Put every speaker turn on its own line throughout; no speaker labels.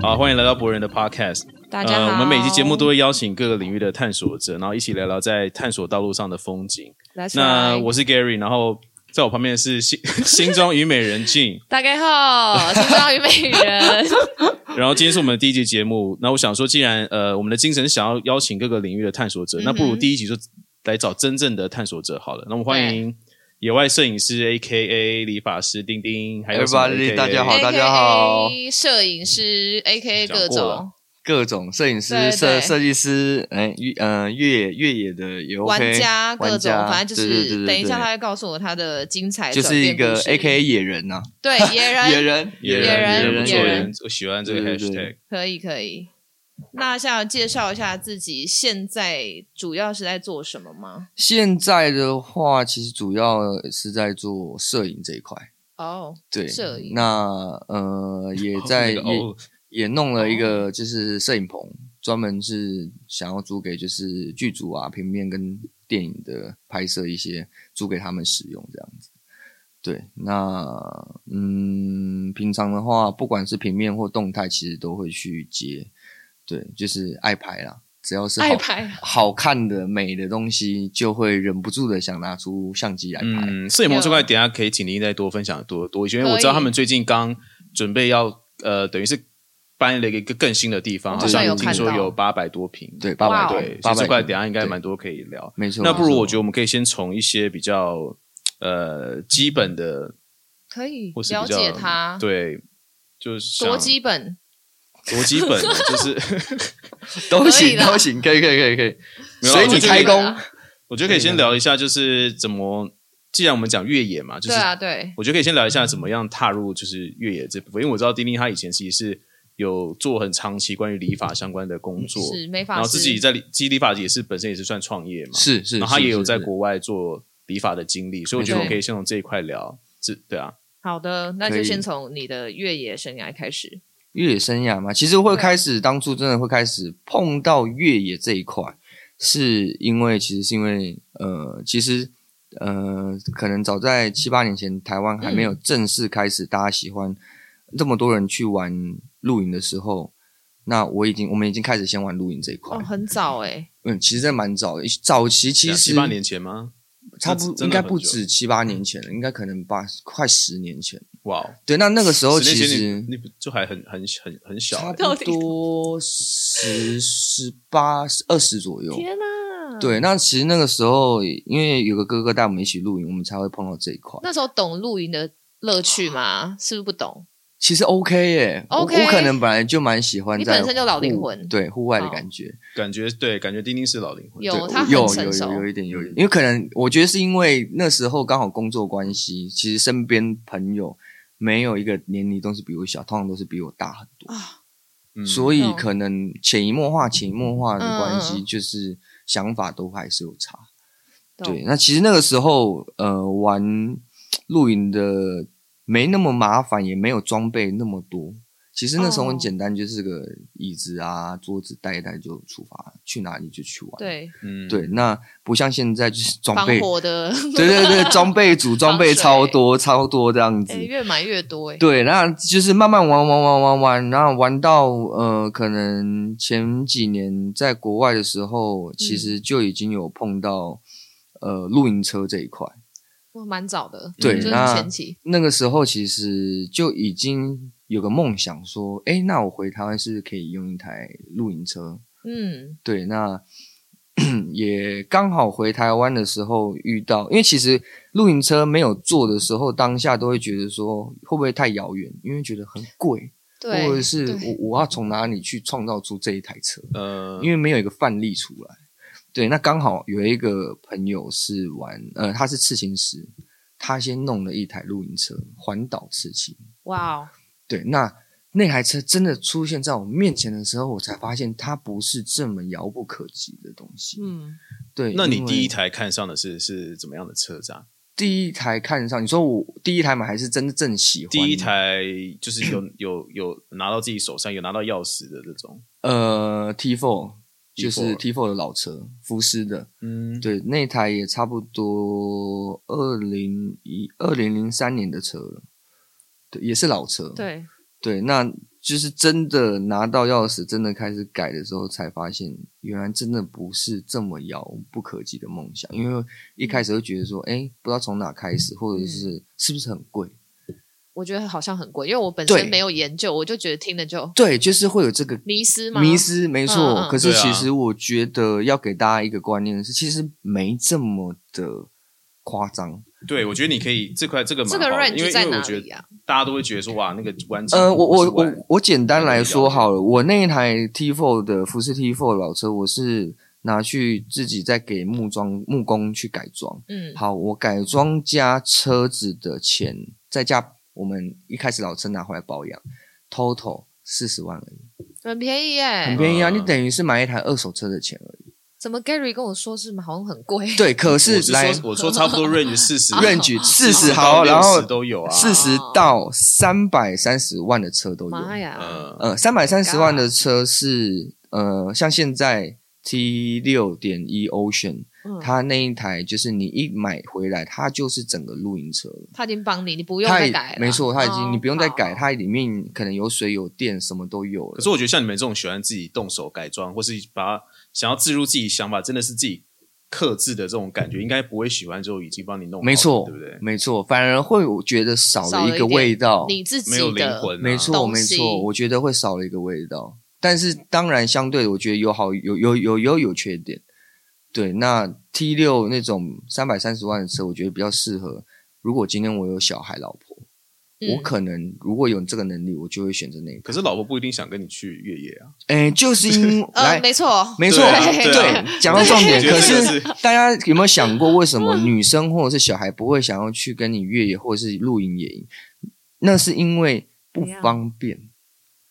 好，欢迎来到博人的 Podcast。呃
大家
呃
好
我们每期节目都会邀请各个领域的探索者，然后一起聊聊在探索道路上的风景。
That's
那
right
我是 Gary，然后在我旁边是新 新装虞美人静，
大家 好，是章鱼美人，
然后今天是我们的第一集节目。那我想说，既然呃我们的精神想要邀请各个领域的探索者，
嗯
那不如第一集就来找真正的探索者好了。那我们欢迎野外摄影师
嗯
A K A 理发师丁丁，还有什么
Everybody，
AKA
大家好大家好
AKA 摄影师，A K A
讲过
各种
各种摄影
对
师、
对
设设计师，哎，越呃越野越野的也 OK，
玩家，各
玩
种，
家
反正就
对对对
是
对
等一下
对
他会告诉我他的精彩
就
转
是一
变故事，
个 A K A 野人呐，
对野
野
人，
人
野
野人
人不
野
错，
人
野人我喜欢这个
对对
hashtag。
对
可以可以。那想介绍一下自己现在主要是在做什么吗？
现在的话，其实主要是在做摄影这一块，
哦，
对，
摄影
那呃也
哦
在
那
也
个哦
也弄了一个就是摄影棚，专门是想要租给就是剧组啊、平面跟电影的拍摄一些租给他们使用这样子。对，那嗯，平常的话，不管是平面或动态，其实都会去接。对，就是爱拍啦，只要是好
爱拍，
好看的、美的东西，就会忍不住的想拿出相机来拍。
嗯，摄影棚这块，
对
等一下可以请您再多分享多多一些，因为
可以
我知道他们最近刚准备要呃，等于是搬了一个更新的地方，
我
好
好像有
像
看
听
到
说有八百多平，
对，八
哇
百
哦
多
对，，所
八
以这
百
块等一下应该
对
蛮多可以聊。
没错。
啊那不如我觉
得
得我们可以先从一些比较呃基本的，
可以
或是
了
比较
解他
对，就是像
多基本，
多基本的，就是
都
可以
行，
啦
都行，可以，可以，可以，可以。
没有啊
随
我觉
你
得
啊
开
这个
工。
我觉得可以先聊一下，就是怎么，既然我们讲越野嘛，就
对
是
啊对，
我觉得可以先聊一下怎么样踏入就是越野这部分，因为我知道丁丁他以前其实是有做很长期关于理发相关的工作，
嗯是没法
然后自己在理其实理发也是本身也是算创业嘛，，
是是，
然后他
是
也有
是
在
是
国外做理发的经历，所以我觉得我
没错
可以先从这一块聊，是，对啊，
好的，那
可
就
以
先从你的越野生涯开始。
越野生涯嘛，其实会
对
开始当初真的会开始碰到越野这一块，是因为其实是因为呃，其实呃，可能早在七八年前，台湾还没有正式开始大家喜欢这么多人去玩露营的时候，那我已经我们已经开始先玩露营这一块，
哦，很早哎、
嗯，其实真的蛮早的，早期其
两啊
实
七八年前吗？
差不
真的
应该
很
不
久嗯
止七八年前了，应该可能八快十年前，
哇哦，
对，那那个时候
十
其
年前
实
你你不就还很很很很小欸、
差
到
不
底
多十十八二十左右。
天哪、，
对，那其实那个时候，因为有个哥哥带我们一起露营，我们才会碰到这一块。
那时候懂露营的乐趣吗？是不是不懂？
其实 OK 耶、我
OK
我可能本来就蛮喜欢
你
在
本身就老灵
户
魂
对户外的
好
感觉。
感觉对，感觉丁丁是老灵魂，
有
对
哦
我
他很
有
成
有
熟
有有一点有一点，因为可能我觉得是因为那时候刚好工作关系，其实身边朋友没有一个年龄都是比我小，通常都是比我大很多。
嗯
所以
嗯
可能潜移默化、潜移默化的关
嗯嗯
系，
嗯
就是想法都还是有差。
懂
对，那其实那个时候，呃，玩露营的没那么麻烦，也没有装备那么多。其实那时候
哦
很简单，就是个椅子啊、桌子带一带就出发了，去哪里就去玩。
对，
嗯，
对，那不像现在就是装
防
备，
火的，
对对对，装备 组装
防
备
水
超多超多这样子。
哎、越买越多哎、
对，那就是慢慢玩玩玩玩玩，然后玩到呃，可能前几年在国外的时候，其实就已经有碰到呃露营车这一块。
哇，蛮早的，嗯
对
就是
那
前期，
那个时候其实就已经有个梦想，说，诶，那我回台湾是不是可以用一台露营车？
嗯，
对，那 也刚好回台湾的时候遇到，因为其实露营车没有做的时候，当下都会觉得说会不会太遥远，因为觉得很贵。
对，
或者是
对
我我要从哪里去创造出这一台车，
呃，
因为没有一个范例出来。对，那刚好有一个朋友是玩，呃，他是刺青师，他先弄了一台露营车，环岛刺青。
哇哦，
对，那那台车真的出现在我面前的时候，我才发现它不是这么遥不可及的东西。
嗯，
对，
那你
因为
第一台看上的是是怎么样的车子啊？
第一台看上，你说我第一台买还是真正喜欢？
第一，台就是有有有拿到自己手上有拿到钥匙的这种，
呃，T Four 就是
T4
T Four 的老车，福斯的。
嗯，
对，那台也差不多二零一二零零三年的车了。对也是老车，
对，
对，那就是真的拿到钥匙，真的开始改的时候，才发现原来真的不是这么遥不可及的梦想。因为一
嗯
开始会觉得说，哎，不知道从哪开始，或者是是不是很贵？
我觉得好像很贵，因为我本
对
身没有研究，我就觉得听了就
对，就是会有这个
迷失嘛，
迷失，没错。
嗯嗯
可是
对啊
其实我觉得要给大家一个观念是，其实没这么的夸张。
对，我觉得你可以这块这个蛮
这个
好的因
range
为
在
因为
哪
我觉得
里啊呀？
大家都会觉得说哇，那个弯
呃，我我
不是
我
弯
我简单来说好了，我那一台 T4 的福斯 T4 老车，我是拿去自己再给木装木工去改装。
嗯，
好，我改装加车子的钱，再加我们一开始老车拿回来保养，total 四十万而已，
很便宜
很
耶。
便宜啊！
嗯
你等于是买一台二手车的钱而已。
怎么 Gary 跟我说是好像很贵？
对，可
我
是
是
来
哦
说我说差不多 range 四十
range 四
四
十好，然后
都有啊，
四十到三百三十万的车都有。
妈呀！
嗯
呃，三百三十
God
万的车是呃，像现在 T 六点一 Ocean，
嗯
它那一台就是你一买回来，它就是整个露营车了。
他已经帮你，你不用
它
再
也
改了。
没错，它已经、
哦
你不用再改，
好
它里面可能有水有电，什么都有了。
可是我觉得像你们这种喜欢自己动手改装，或是把它想要置入自己想法，真的是自己克制的这种感觉，应该不会喜欢之后已经帮你弄好了
没错，
对不对？
没错，反而会我觉得少
少
了
了
一个
一点
味道。
你自己
没有灵
的
魂、啊，
没错，
东
没
西
错，我觉得会少了一个味道。但是当然，相对的，我觉得有好有有有有有缺点。对，那 T 六那种三百三十万的车，我觉得比较适合。如果今天我有小孩、老婆，
嗯
我可能如果有这个能力，我就会选择那个。
可是老婆不一定想跟你去越野啊，
哎，就 是因
呃，
来，
没错，
没错，
对啊对啊
对，讲到重
我
点。
觉得
可
这个是
是大家有没有想过，为什么女生或者是小孩不会想要去跟你越野或者是露营野营？那是因为不方便。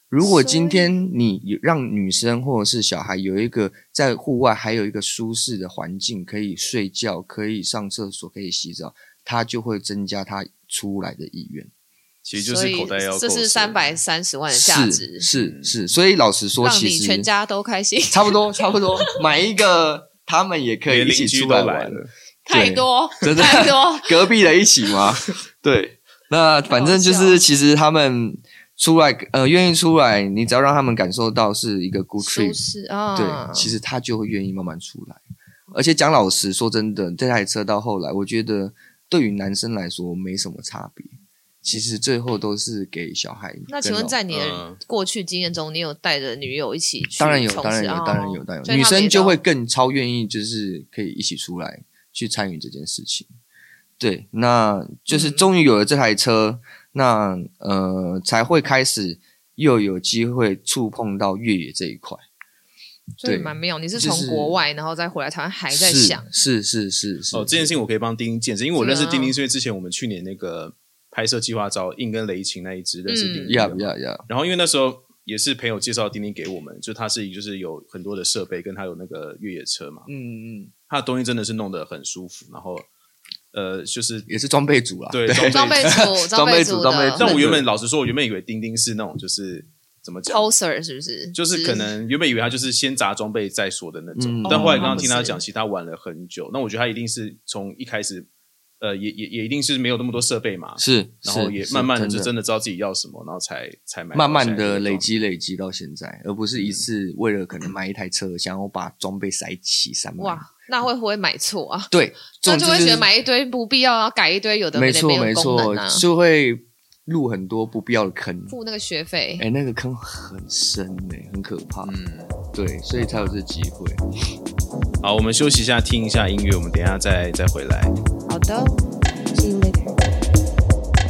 如果今天你有让女生或者是小孩有一个在户外还有一个舒适的环境，可以睡觉、可以上厕所、可以洗澡，他就会增加他出来的意愿。
其实就
所
是
以
口袋要够
这是
深
三百三十万的嗯价值
是，是是，所以老实说，
让
其
你
实
全家都开心，
差不多差 不多买一个，他们也可以
连
一
邻
起
居
出
都
来
来
玩
了。
太多
真的
太多，
隔壁的一起吗？对，那反正就是其实他们出来，呃，愿意出来，你只要让他们感受到是一个 good
舒
trip，
适啊，
对，其实他就会愿意慢慢出来。
嗯
而且讲老实，说真的，这台车到后来，我觉得对于男生来说没什么差别。其实最后都是给小孩。
那请问，
跟老
在你的
嗯
过去经验中，你有带着女友一起去
当然有，
从
当然
事
有，
哦
当然有，当然
所
有，
以
女
他们
生
也
就
都
会更超愿意，就是可以一起出来去参与这件事情。对，那就是
嗯
终于有了这台车，那呃才会开始又有机会触碰到越野这一块。
所以
对
蛮妙。你是
就
从
是
国外，然后再回来台湾，还在想，
是是是是
哦，这件事情我可以帮丁丁见证，因为我认识
怎么
丁
样
丁是因为之前我们去年那个拍摄计划找硬跟雷晴那一支认识丁丁
呀
的嘛，
呀呀，
然后因为那时候也是朋友介绍丁丁给我们，就他是就是有很多的设备，跟他有那个越野车嘛，
嗯嗯，
他的东西真的是弄得很舒服，然后呃就是
也是装备组啦，
对
装备 组
装备
备
组
组
装备
的
组
但我原本老实说，我原本以为丁丁是那种就是怎么讲，
poser 是不是？
就是可能原本以为他就是先砸装备再说的那种，
嗯
但后来
哦
刚刚听他
不是
讲，其实他玩了很久。那我觉得他一定是从一开始，呃，也也也一定是没有那么多设备嘛，
是，
然后
是
也
是
慢慢的就
真
真的知道自己要什么，然后才才买，
慢慢的累。积累积到现在，而不是一次为了可能买一台车，想要把装备塞齐塞满。
哇，那会不会买错啊？
对，
那
嗯总
就
之
会
是
觉得买一堆不必要，然后改一堆有的
没
的
错
没
没
有功
错
能啊，，
就会入很多不必要的坑。
付那个学费
哎、。那个坑很深哎、很可怕。
嗯，
对，所以才有这机会。
好，我们休息一下，听一下音乐，我们等一下再再回来。
好的，see you later。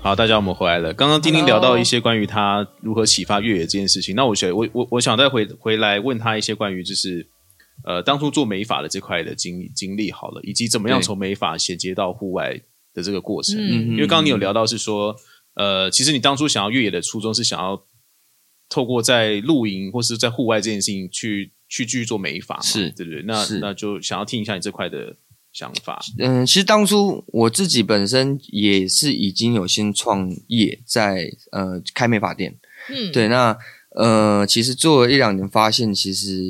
好，大家我们回来了。刚刚丁丁聊到一些关于他如何启发越野这件事情，那我想我我我想再回回来问他一些关于就是呃当初做美发的这块的经经历好了，以及怎么样
对
从美发衔接到户外的这个过程。
嗯
因为刚刚你有聊到是说，呃，其实你当初想要越野的初衷是想要透过在露营或是在户外这件事情去去继续做美发嘛，
是
对不对？那
是
那就想要听一下你这块的想法，
嗯，其实当初我自己本身也是已经有先创业在，呃开美发店。
嗯，
对，那呃，其实做了一两年，发现其实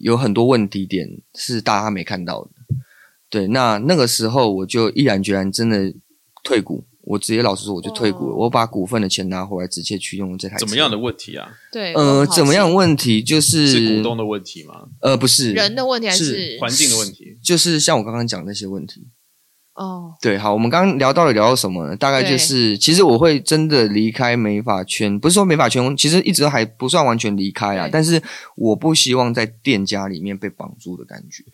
有很多问题点是大家没看到的。对，那那个时候我就毅然决然真的退股，我直接老实说，我就退股了，
哦
我把股份的钱拿回来，直接去用这台车。
怎么样的？问题啊？
对，我
呃，
很好
怎么
奇
样的问题就是
是股东的问题吗？
呃，不是
人的问题还
是
是
环境的问题？
就是像我刚刚讲那些问题。
哦，
对，好，我们刚刚聊到底聊到什么呢？大概
对
就是，其实我会真的离开美发圈，不是说美发圈，其实一直都还不算完全离开啊
对，
但是我不希望在店家里面被绑住的感觉。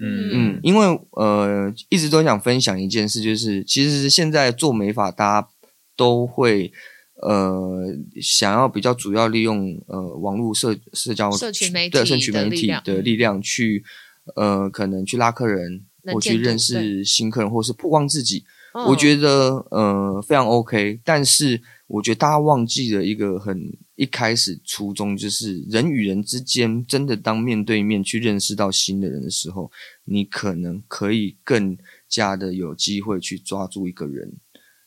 嗯
嗯，因为呃，一直都想分享一件事，就是其实现在做美发，大家都会呃想要比较主要利用呃网络社社交
社群媒
对
体
社群
的
媒
力
体
量
的力量去呃可能去拉客人。
能
或
见
去
度
认
对
识新客人，或是曝光自己，我
得
觉得呃非常 OK，但是我觉得大家忘记了一个很一开始初衷，就是人与人之间真的当面对面去认识到新的人的时候，你可能可以更加的有机会去抓住一个人，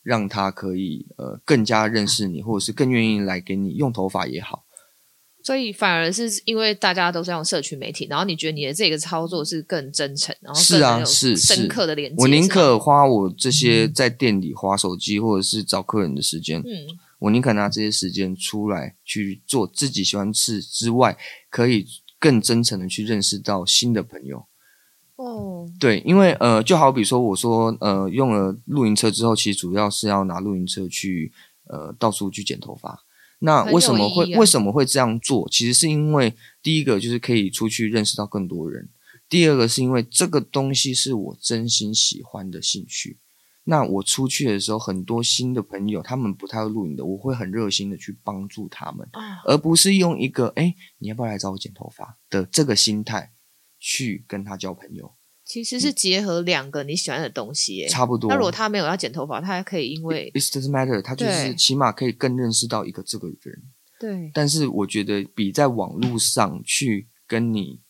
让他可以呃更加认识你，或者是更愿意来给你用头发也好。
所以反而是因为大家都是用社群媒体，然后你觉得你的这个操作是更真诚，然后更
是啊
有
是
深
是
刻的连接。
我宁
是吗
可花我这些在店里划手机或者是找客人的时间，
嗯
我宁可拿这些时间出来去做自己喜欢的事之外，可以更真诚的去认识到新的朋友。
哦
对，因为呃，就好比说，我说呃，用了露营车之后，其实主要是要拿露营车去呃到处去剪头发。那
很有
为什么会
意义啊
为什么会这样做？其实是因为第一个就是可以出去认识到更多人，第二个是因为这个东西是我真心喜欢的兴趣。那我出去的时候，很多新的朋友，他们不太会露营的，我会很热心的去帮助他们。
啊
而不是用一个“哎，你要不要来找我剪头发”的这个心态去跟他交朋友，
其实是结合两个你喜欢的东西耶。
嗯差不多。
那如果他没有要剪头发，他还可以因为
it doesn't matter，他就
对
是起码可以更认识到一个这个人。
对
但是我觉得比在网络上去跟你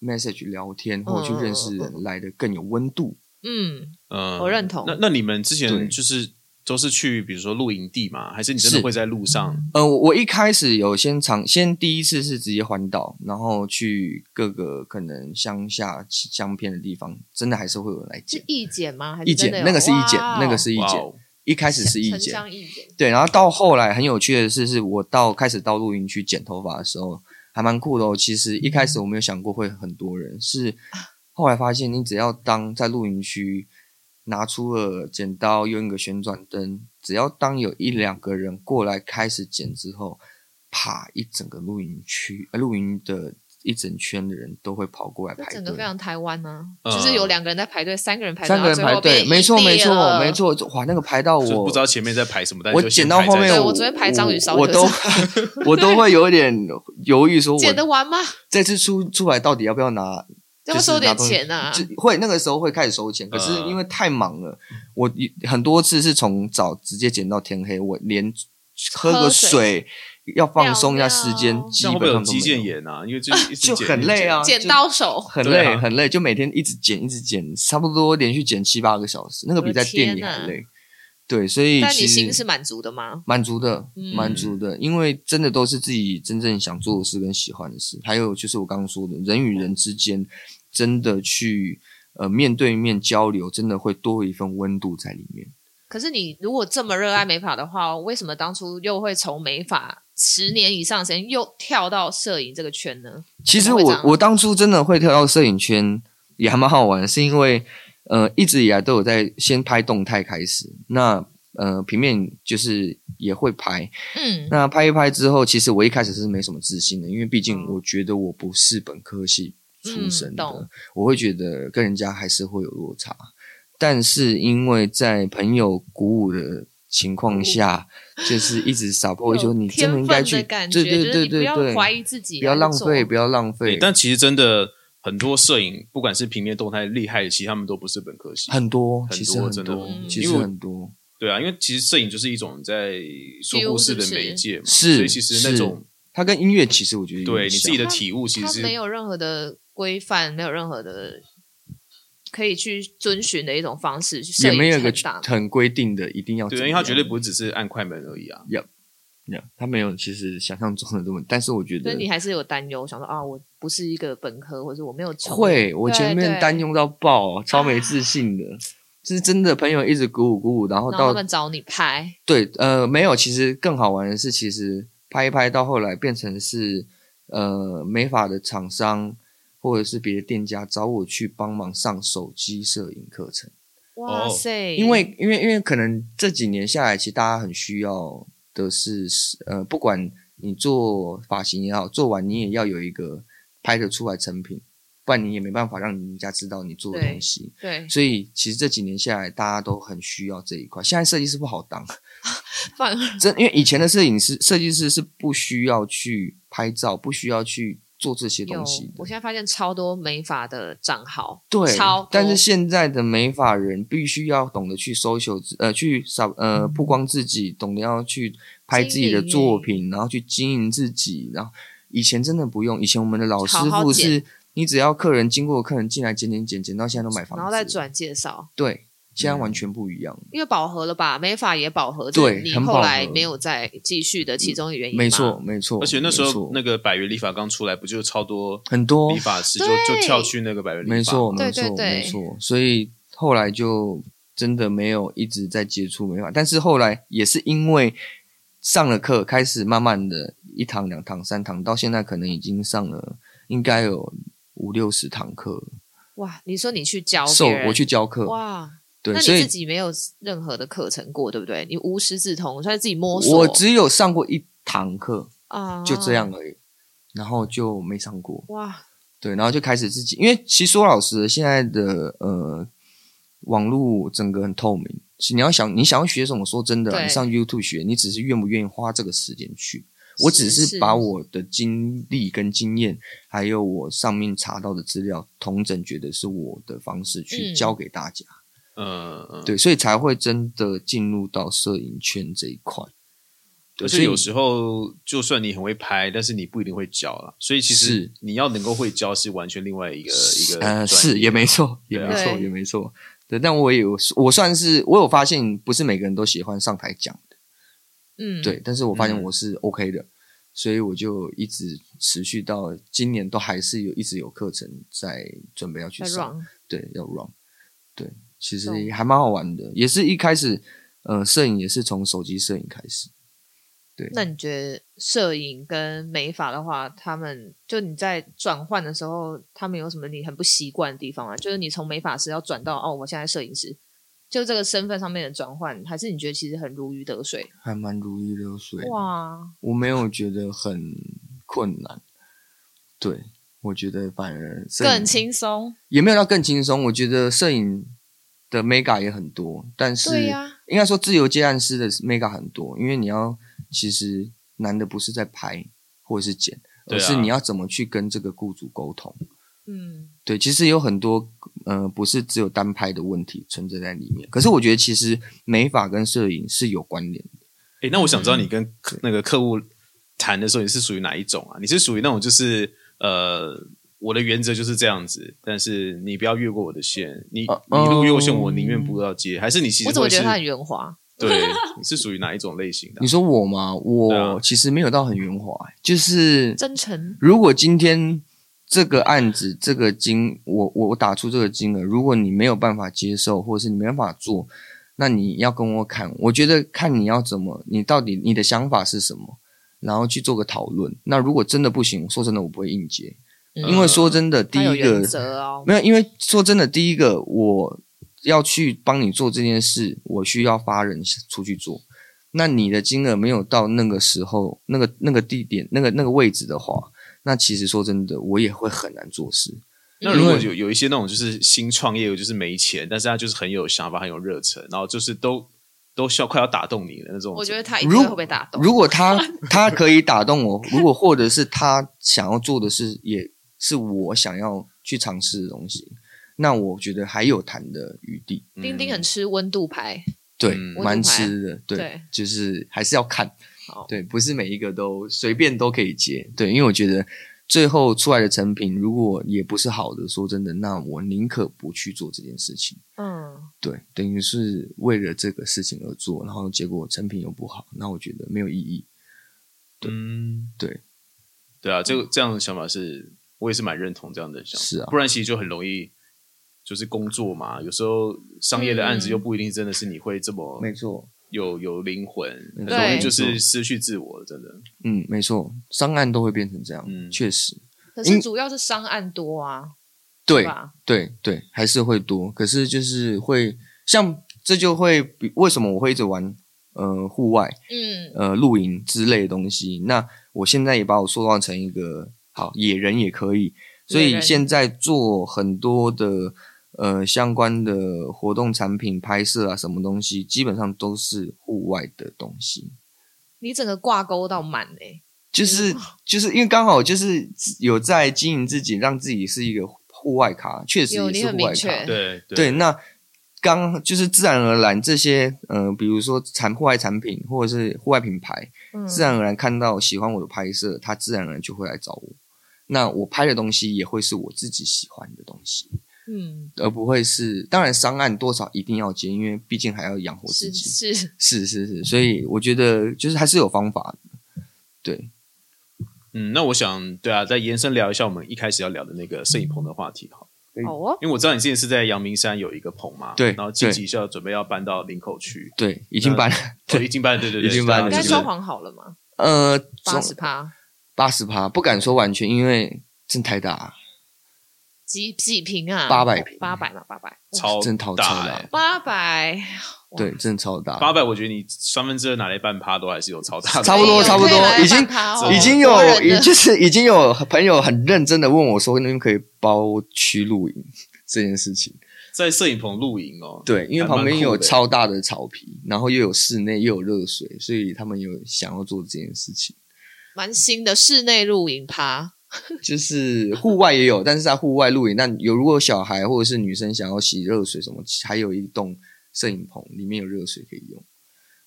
message 聊天或者去认识
嗯嗯
人来的更有温度。
嗯
嗯
我认同
那那你们之前
对
就是都是去比如说露营地嘛，还是你真的
是
会在路上？
嗯
呃，我我一开始有先尝，先第一次是直接环岛，然后去各个可能乡下乡偏的地方，真的还是会有人来
是
剪。
意剪吗？还是
意
真
见
的有
那个是意见，
哇哦
那个是意
哇
见，
哦，
一开始是意
城
见，
乡意见
对，然后到后来很有趣的是，是我到开始到露营区剪头发的时候，还蛮酷的哦。其实一开
嗯
始我没有想过会很多人，是后来发现你只要当在露营区拿出了剪刀，用一个旋转灯，只要当有一两个人过来开始剪之后，啪，一整个露营区、呃、露营的一整圈的人都会跑过来
那
排
整
队
个。非常台湾呢，
嗯
就是有两个人在排队，三个人排队，
三个人
然
排
后最后
队，
变
没错
一列
没错
了
没。错，哇，那个排到
就
我
不知道前面在排什么，但是
我
就先
剪到
排
后
在
面
这
对
里
我，
我昨天排章鱼烧
我
就
都 我都会有一点犹豫，说我
剪得完吗？
这次出出来到底要不要拿？
要
就是
收点
拿东西
钱啊！
就会那个时候会开始收钱，可
啊
是因为太忙了，我一很多次是从早直接剪到天黑，我连喝
喝
个
水
水要放松一下时
尿
间
尿，
这
基
样会
本
不会有
上都
肌腱
没有。
炎啊？因为就一直
就
剪
很累啊
剪刀手，
很
对
累、
啊
很累，就每天一直剪，一直剪，差不多连续剪七八个小时，那个
我
比
的
在店里
天
还
哪
累。对，所以
但
其
你
实
心是满足的吗？
满足的
嗯，
满足的，因为真的都是自己真正想做的事跟喜欢的事。还有就是我刚刚说的，人与人之间真的去呃面对面交流，真的会多一份温度在里面。
可是你如果这么热爱美发的话，为什么当初又会从美发十年以上的时间又跳到摄影这个圈呢？
其实
怎么会这
我
样啊
我当初真的会跳到摄影圈也还蛮好玩的，是因为呃一直以来都有在先拍动态开始，那呃平面就是也会拍，
嗯，
那拍一拍之后，其实我一开始是没什么自信的，因为毕竟
嗯
我觉得我不是本科系出身的，
嗯懂
我会觉得跟人家还是会有落差。但是因为在朋友鼓舞的情况下，就是 一直撒泼，就你真
天
的
分
应该
的
去，对
感觉，就
对
是
对
你不
对
要
对，
怀疑自己，啊
不要浪
去做
费，不要浪费。
但其实真的很多摄影，不管是平面动态厉害的，其实他们都不是本科系。
很多，
很
其实
多
很
真的
多
嗯，
其
因
实
为我
很多。
对啊，因为其实摄影就是一种在说故事的媒介嘛，
是
所以其实那种
它跟音乐其实我觉得有
对
点
你自
像
己的体悟，其实
它
是
没有任何的规范，没有任何的可以去遵循的一种方式去摄
也
影
没有一个
很大
很规定的一定要怎
对，
么
因
样，
为它绝对
嗯
不只是按快门而已
哦
啊。
Yeah，他没有其实想象中的这么，但是我觉
所
得
以你还是有担忧，想说啊，我不是一个本科，或者我没有成
会，我
对
前面
对啊
单用到爆，超没自信的， 是真的朋友一直鼓舞鼓舞，然后
然后他
到
们找你拍，
对呃没有，其实更好玩的是，其实拍一拍到后来变成是呃美发的厂商或者是别的店家找我去帮忙上手机摄影课程。
哇塞！
因为因为因为可能这几年下来，其实大家很需要的是，呃，不管你做发型也好，做完你也要有一个拍得出来成品，不然你也没办法让人家知道你做的东西。
对，
所以其实这几年下来，大家都很需要这一块。现在设计师不好当，
反而
真因为以前的摄影师、设计师是不需要去拍照，不需要去做这些
有
东西，的
我。现在发现超多美发的账号，
对
超多，
但是现在的美发人必须要懂得去 social，自呃，去扫呃，
嗯
曝光自己，懂得要去拍自己的作品，然后去经营自己。然后以前真的不用，以前我们的老师
好
傅
好剪
是，你只要客人经过，客人进来剪剪剪剪，到现在都买房子，
然后再。转嗯介绍，
对，现在完全不一样。
因为饱和了吧，美发也饱和，
对
这你
很饱
后
和
来没有再继续的其中一个原因，
没错，，没错。
而且那时
没错
候那个百元理发刚出来，不就超多
很多
理发师就
对
就跳去那个百元理发？
没错，
对
没错，
对
没错。所以后来就真的没有一直在接触美发，但是后来也是因为上了课，开始慢慢的一堂、两堂、三堂，到现在可能已经上了应该有五六十堂课，
哇，你说你去教
受
别人
我去教课，
哇，
对
那，
所
你
以
自己没有任何的课程过，对不对？你无师自通，算是自己摸索，
我只有上过一堂课，
啊，
就这样，而已，然后就没上过。
哇，
对，然后就开始自己，因为其实说老实的，现在的呃网络整个很透明，是你要想你想要学什么，说真的啦，
对
你上 YouTube 学，你只是愿不愿意花这个时间去。我只
是
是把我的经历跟经验，还有我上面查到的资料，统整觉得是我的方式去
嗯
教给大家，
嗯，嗯，
对，所以才会真的进入到摄影圈这一块。对，
而
所
且
以
有时候就算你很会拍，但是你不一定会教啦。所以其实
是
你要能够会教是完全另外一个一个
呃，
专
是
业
也没错，也
对啊
没错，
对
也没错。对，但我也有，我算是我有发现，不是每个人都喜欢上台讲，
嗯，
对。但是我发现
嗯
我是 OK 的，所以我就一直持续到今年，都还是有一直有课程在准备要去
在
上。
run，
对，要 run。对，其实
懂
还蛮好玩的，也是一开始，呃，摄影也是从手机摄影开始。对，
那你觉得摄影跟美发的话，他们就你在转换的时候，他们有什么你很不习惯的地方啊？就是你从美发师要转到哦，我现在摄影师，就这个身份上面的转换，还是你觉得其实很如鱼得水？
还蛮如鱼流水的。
哇，
我没有觉得很困难，对我觉得反而摄影
更轻松。
也没有到更轻松。我觉得摄影的 mega 也很多，但是
对呀
应该说自由接案师的 mega 很多，因为你要其实难的不是在拍或者是剪，
对
而
啊
是你要怎么去跟这个雇主沟通。
嗯，
对，其实有很多呃，不是只有单拍的问题存在在里面。可是我觉得其实美发跟摄影是有关联的。
诶，那我想知
嗯
道你跟客那个客户谈的时候，你是属于哪一种啊？你是属于那种就是呃，我的原则就是这样子，但是你不要越过我的线，你、
哦
你如果越过线，
哦
我宁愿不要接。还是你其实
我怎么
会
觉得他很
是
圆滑？
对，你是属于哪一种类型的
你
啊？
说我吗？
对啊
我其实没有到很圆滑、就是
真诚，
如果今天这个案子这个金，我我我打出这个金额，如果你没有办法接受，或者是你没办法做，那你要跟我砍。我觉得看你要怎么，你到底你的想法是什么，然后去做个讨论。那如果真的不行，说真的，我不会硬接，
嗯
因为说真的，第
他有
一
原
个
则哦。
没有，因为说真的，第一个我要去帮你做这件事，我需要发人出去做。那你的金额没有到那个时候、那个那个地点、那个那个位置的话，那其实说真的，我也会很难做事。
嗯
那如果
因为
有有一些那种就是新创业，就是没钱，但是他就是很有想法、很有热忱，然后就是都都笑快要打动你的那种。
我觉得他一定
如
会被打动。
如果他他可以打动我，如果或者是他想要做的事，也是我想要去尝试的东西，那我觉得还有谈的余地。
嗯
丁丁很吃温度牌，
对，
嗯
蛮吃的，对，
对
就是还是要看
好，
对，不是每一个都随便都可以接，对，因为我觉得最后出来的成品如果也不是好的，说真的，那我宁可不去做这件事情，
嗯，
对，等于是为了这个事情而做，然后结果成品又不好，那我觉得没有意义，
嗯，
对，
对啊，
嗯
这个这样的想法是我也是蛮认同这样的想法，
是啊
不然其实就很容易就是工作嘛，有时候商业的案子
嗯
又不一定真的是你会这么
错，
有有灵魂，很
没
错
容易
对
就是失去自我了，真的。
嗯，没错，商案都会变成这样，
嗯
确实，
可
因
是主要是商案多啊，
对，
吧？
对对，还是会多，可是就是会像这就会比为什么我会一直玩呃户外。
嗯，
呃露营之类的东西。那我现在也把我塑造成一个好野人也可以，所
野
以
人
现在做很多的呃相关的活动产品拍摄啊，什么东西基本上都是户外的东西。
你整个挂钩到满欸诶、
就是
嗯
就是因为刚好就是有在经营自己，让自己是一个户外咖，确实
有
也
你
是
很
户外
明
咖
确。
对
对，那刚就是自然而然这些，呃，比如说产户外产品或者是户外品牌，
嗯，
自然而然看到喜欢我的拍摄，他自然而然就会来找我。那我拍的东西也会是我自己喜欢的东西，
嗯，
而不会是当然商案多少一定要接，因为毕竟还要养活自
是
己。
是，
是是是，所以我觉得就是还是有方法的。对，
嗯，那我想对啊，再延伸聊一下我们一开始要聊的那个摄影棚的话题哈，
嗯
好哦，
因为我知道你之前是在阳明山有一个棚嘛，
对
然后近期就要准备要搬到林口去，
对，已经搬了，
哦已经搬了，对对对，
已经搬了
应
对啊
该
对
装
对
潢好了嘛，
呃，
八十趴，
八十趴，不敢说完全，因为真太大，
几几平啊？
800平
八百嘛，八百，
对超
真淘
大
汰了
欸
八百，哇
对，真的超大，
八百，我觉得你三分之二拿来半趴都还是有超大的，
差不多差不多
可以来
已经
办趴哦
对
已经
多
有，
人
已
的
就是已经有朋友很认真的问我说，那边可以包区露营这件事情。
在摄影棚露营哦。
对，因为旁边
还蛮酷
有
的
超大的草皮，然后又有室内又有热水，所以他们有想要做这件事情。
蛮新的室内露营趴，
就是户外也有，但是在户外露营，但有如果有小孩或者是女生想要洗热水什么，还有一栋摄影棚，里面有热水可以用。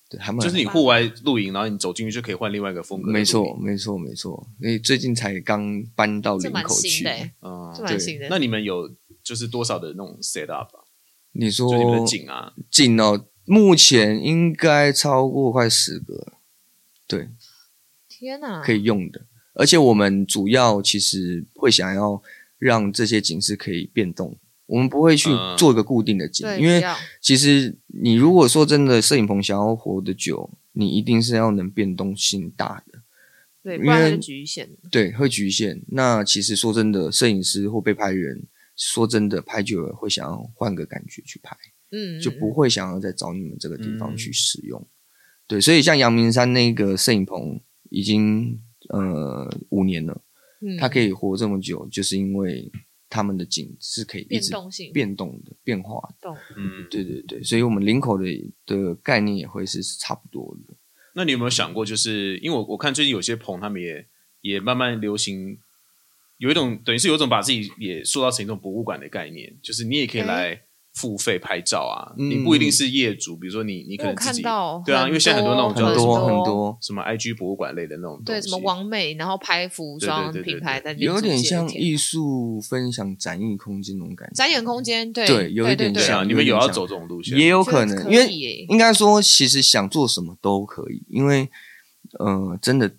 对，还蛮
就是你户外露营，然后你走进去就可以换另外一个风格。
没错，，没错，没错。因为最近才刚搬到
这
林
蛮
口
新
去
的、。欸，
嗯
这，蛮新的。
那你们有就是多少的那种 set up？、啊、
你说
就你们的景啊，
景哦，目前应该超过快十个了，对，
天哪，
可以用的。而且我们主要其实会想要让这些景是可以变动，我们不会去
嗯
做一个固定的景，
对，
因
不
为
要
其实你如果说真的摄影棚想要活得久，你一定是要能变动性大的，
对，
因
不然它
为
就局限了。
对，会局限。那其实说真的，摄影师或被拍人，说真的，拍久了会想要换个感觉去拍。
嗯，
就不
嗯
会想要再找你们这个地方去使用。对，所以像阳明山那个摄影棚已经呃五年了，
嗯
它可以活这么久，就是因为他们的景是可以一
变
直
动性
变动的、变化的。
动。
嗯，
对对对，所以我们林口的的概念也会是差不多的。
那你有没有想过，就是因为我我看最近有些棚，他们也也慢慢流行，有一种等于是有一种把自己也塑造成一种博物馆的概念，就是你也可以
诶
来付费拍照啊，
嗯
你不一定是业主，比如说你你可
因为我
能自
看
己
到
对啊，因为现在很多那种
很
叫
很
什
多
么
很
很
多
哦多，
什么 IG 博物馆类的那种
对
东
什么
西
王美，然后拍服装
对对对对
品牌在那边
有点
组建
像
天
艺术分享展艺空间那种感觉。
展演空间，对
对有一点
对
对
啊，
像
你们有要
像
走这种路线吗？
也有
有
可能，因为
为
应该说，其实想做什么都可以，因为呃，真的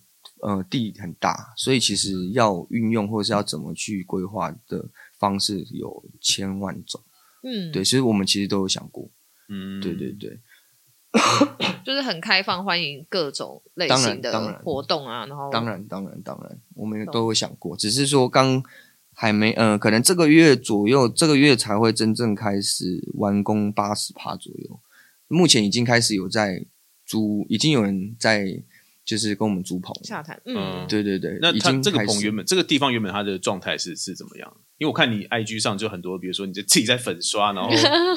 呃，地很大，所以其实要运用或是要怎么去规划的方式有千万种。
嗯，
对，，其实我们其实都有想过。
嗯，
对对对，
就是很开放，欢迎各种类
当然
型的
当然
活动啊，然后
当然当然当然，我们也
懂
都有想过，只是说刚还没呃，可能这个月左右，这个月才会真正开始完工八十趴左右。目前已经开始有在租，已经有人在就是跟我们租棚了。
洽谈，
嗯
嗯，
对对对，
那
已
它
经
这个
开
棚
始
原本这个地方原本它的状态是是怎么样？因为我看你 IG 上就很多，比如说你就自己在粉刷， 然后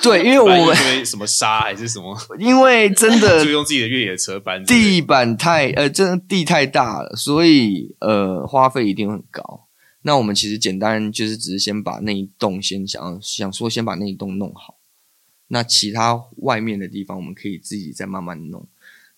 对，因为
搬一
我
堆什么沙还是什么，
因为真 的
就用自己的越野车搬之类的
地板太呃，真的地太大了，所以呃，花费一定会很高。那我们其实简单就是只是先把那一栋先想要想说先把那一栋弄好，那其他外面的地方我们可以自己再慢慢弄。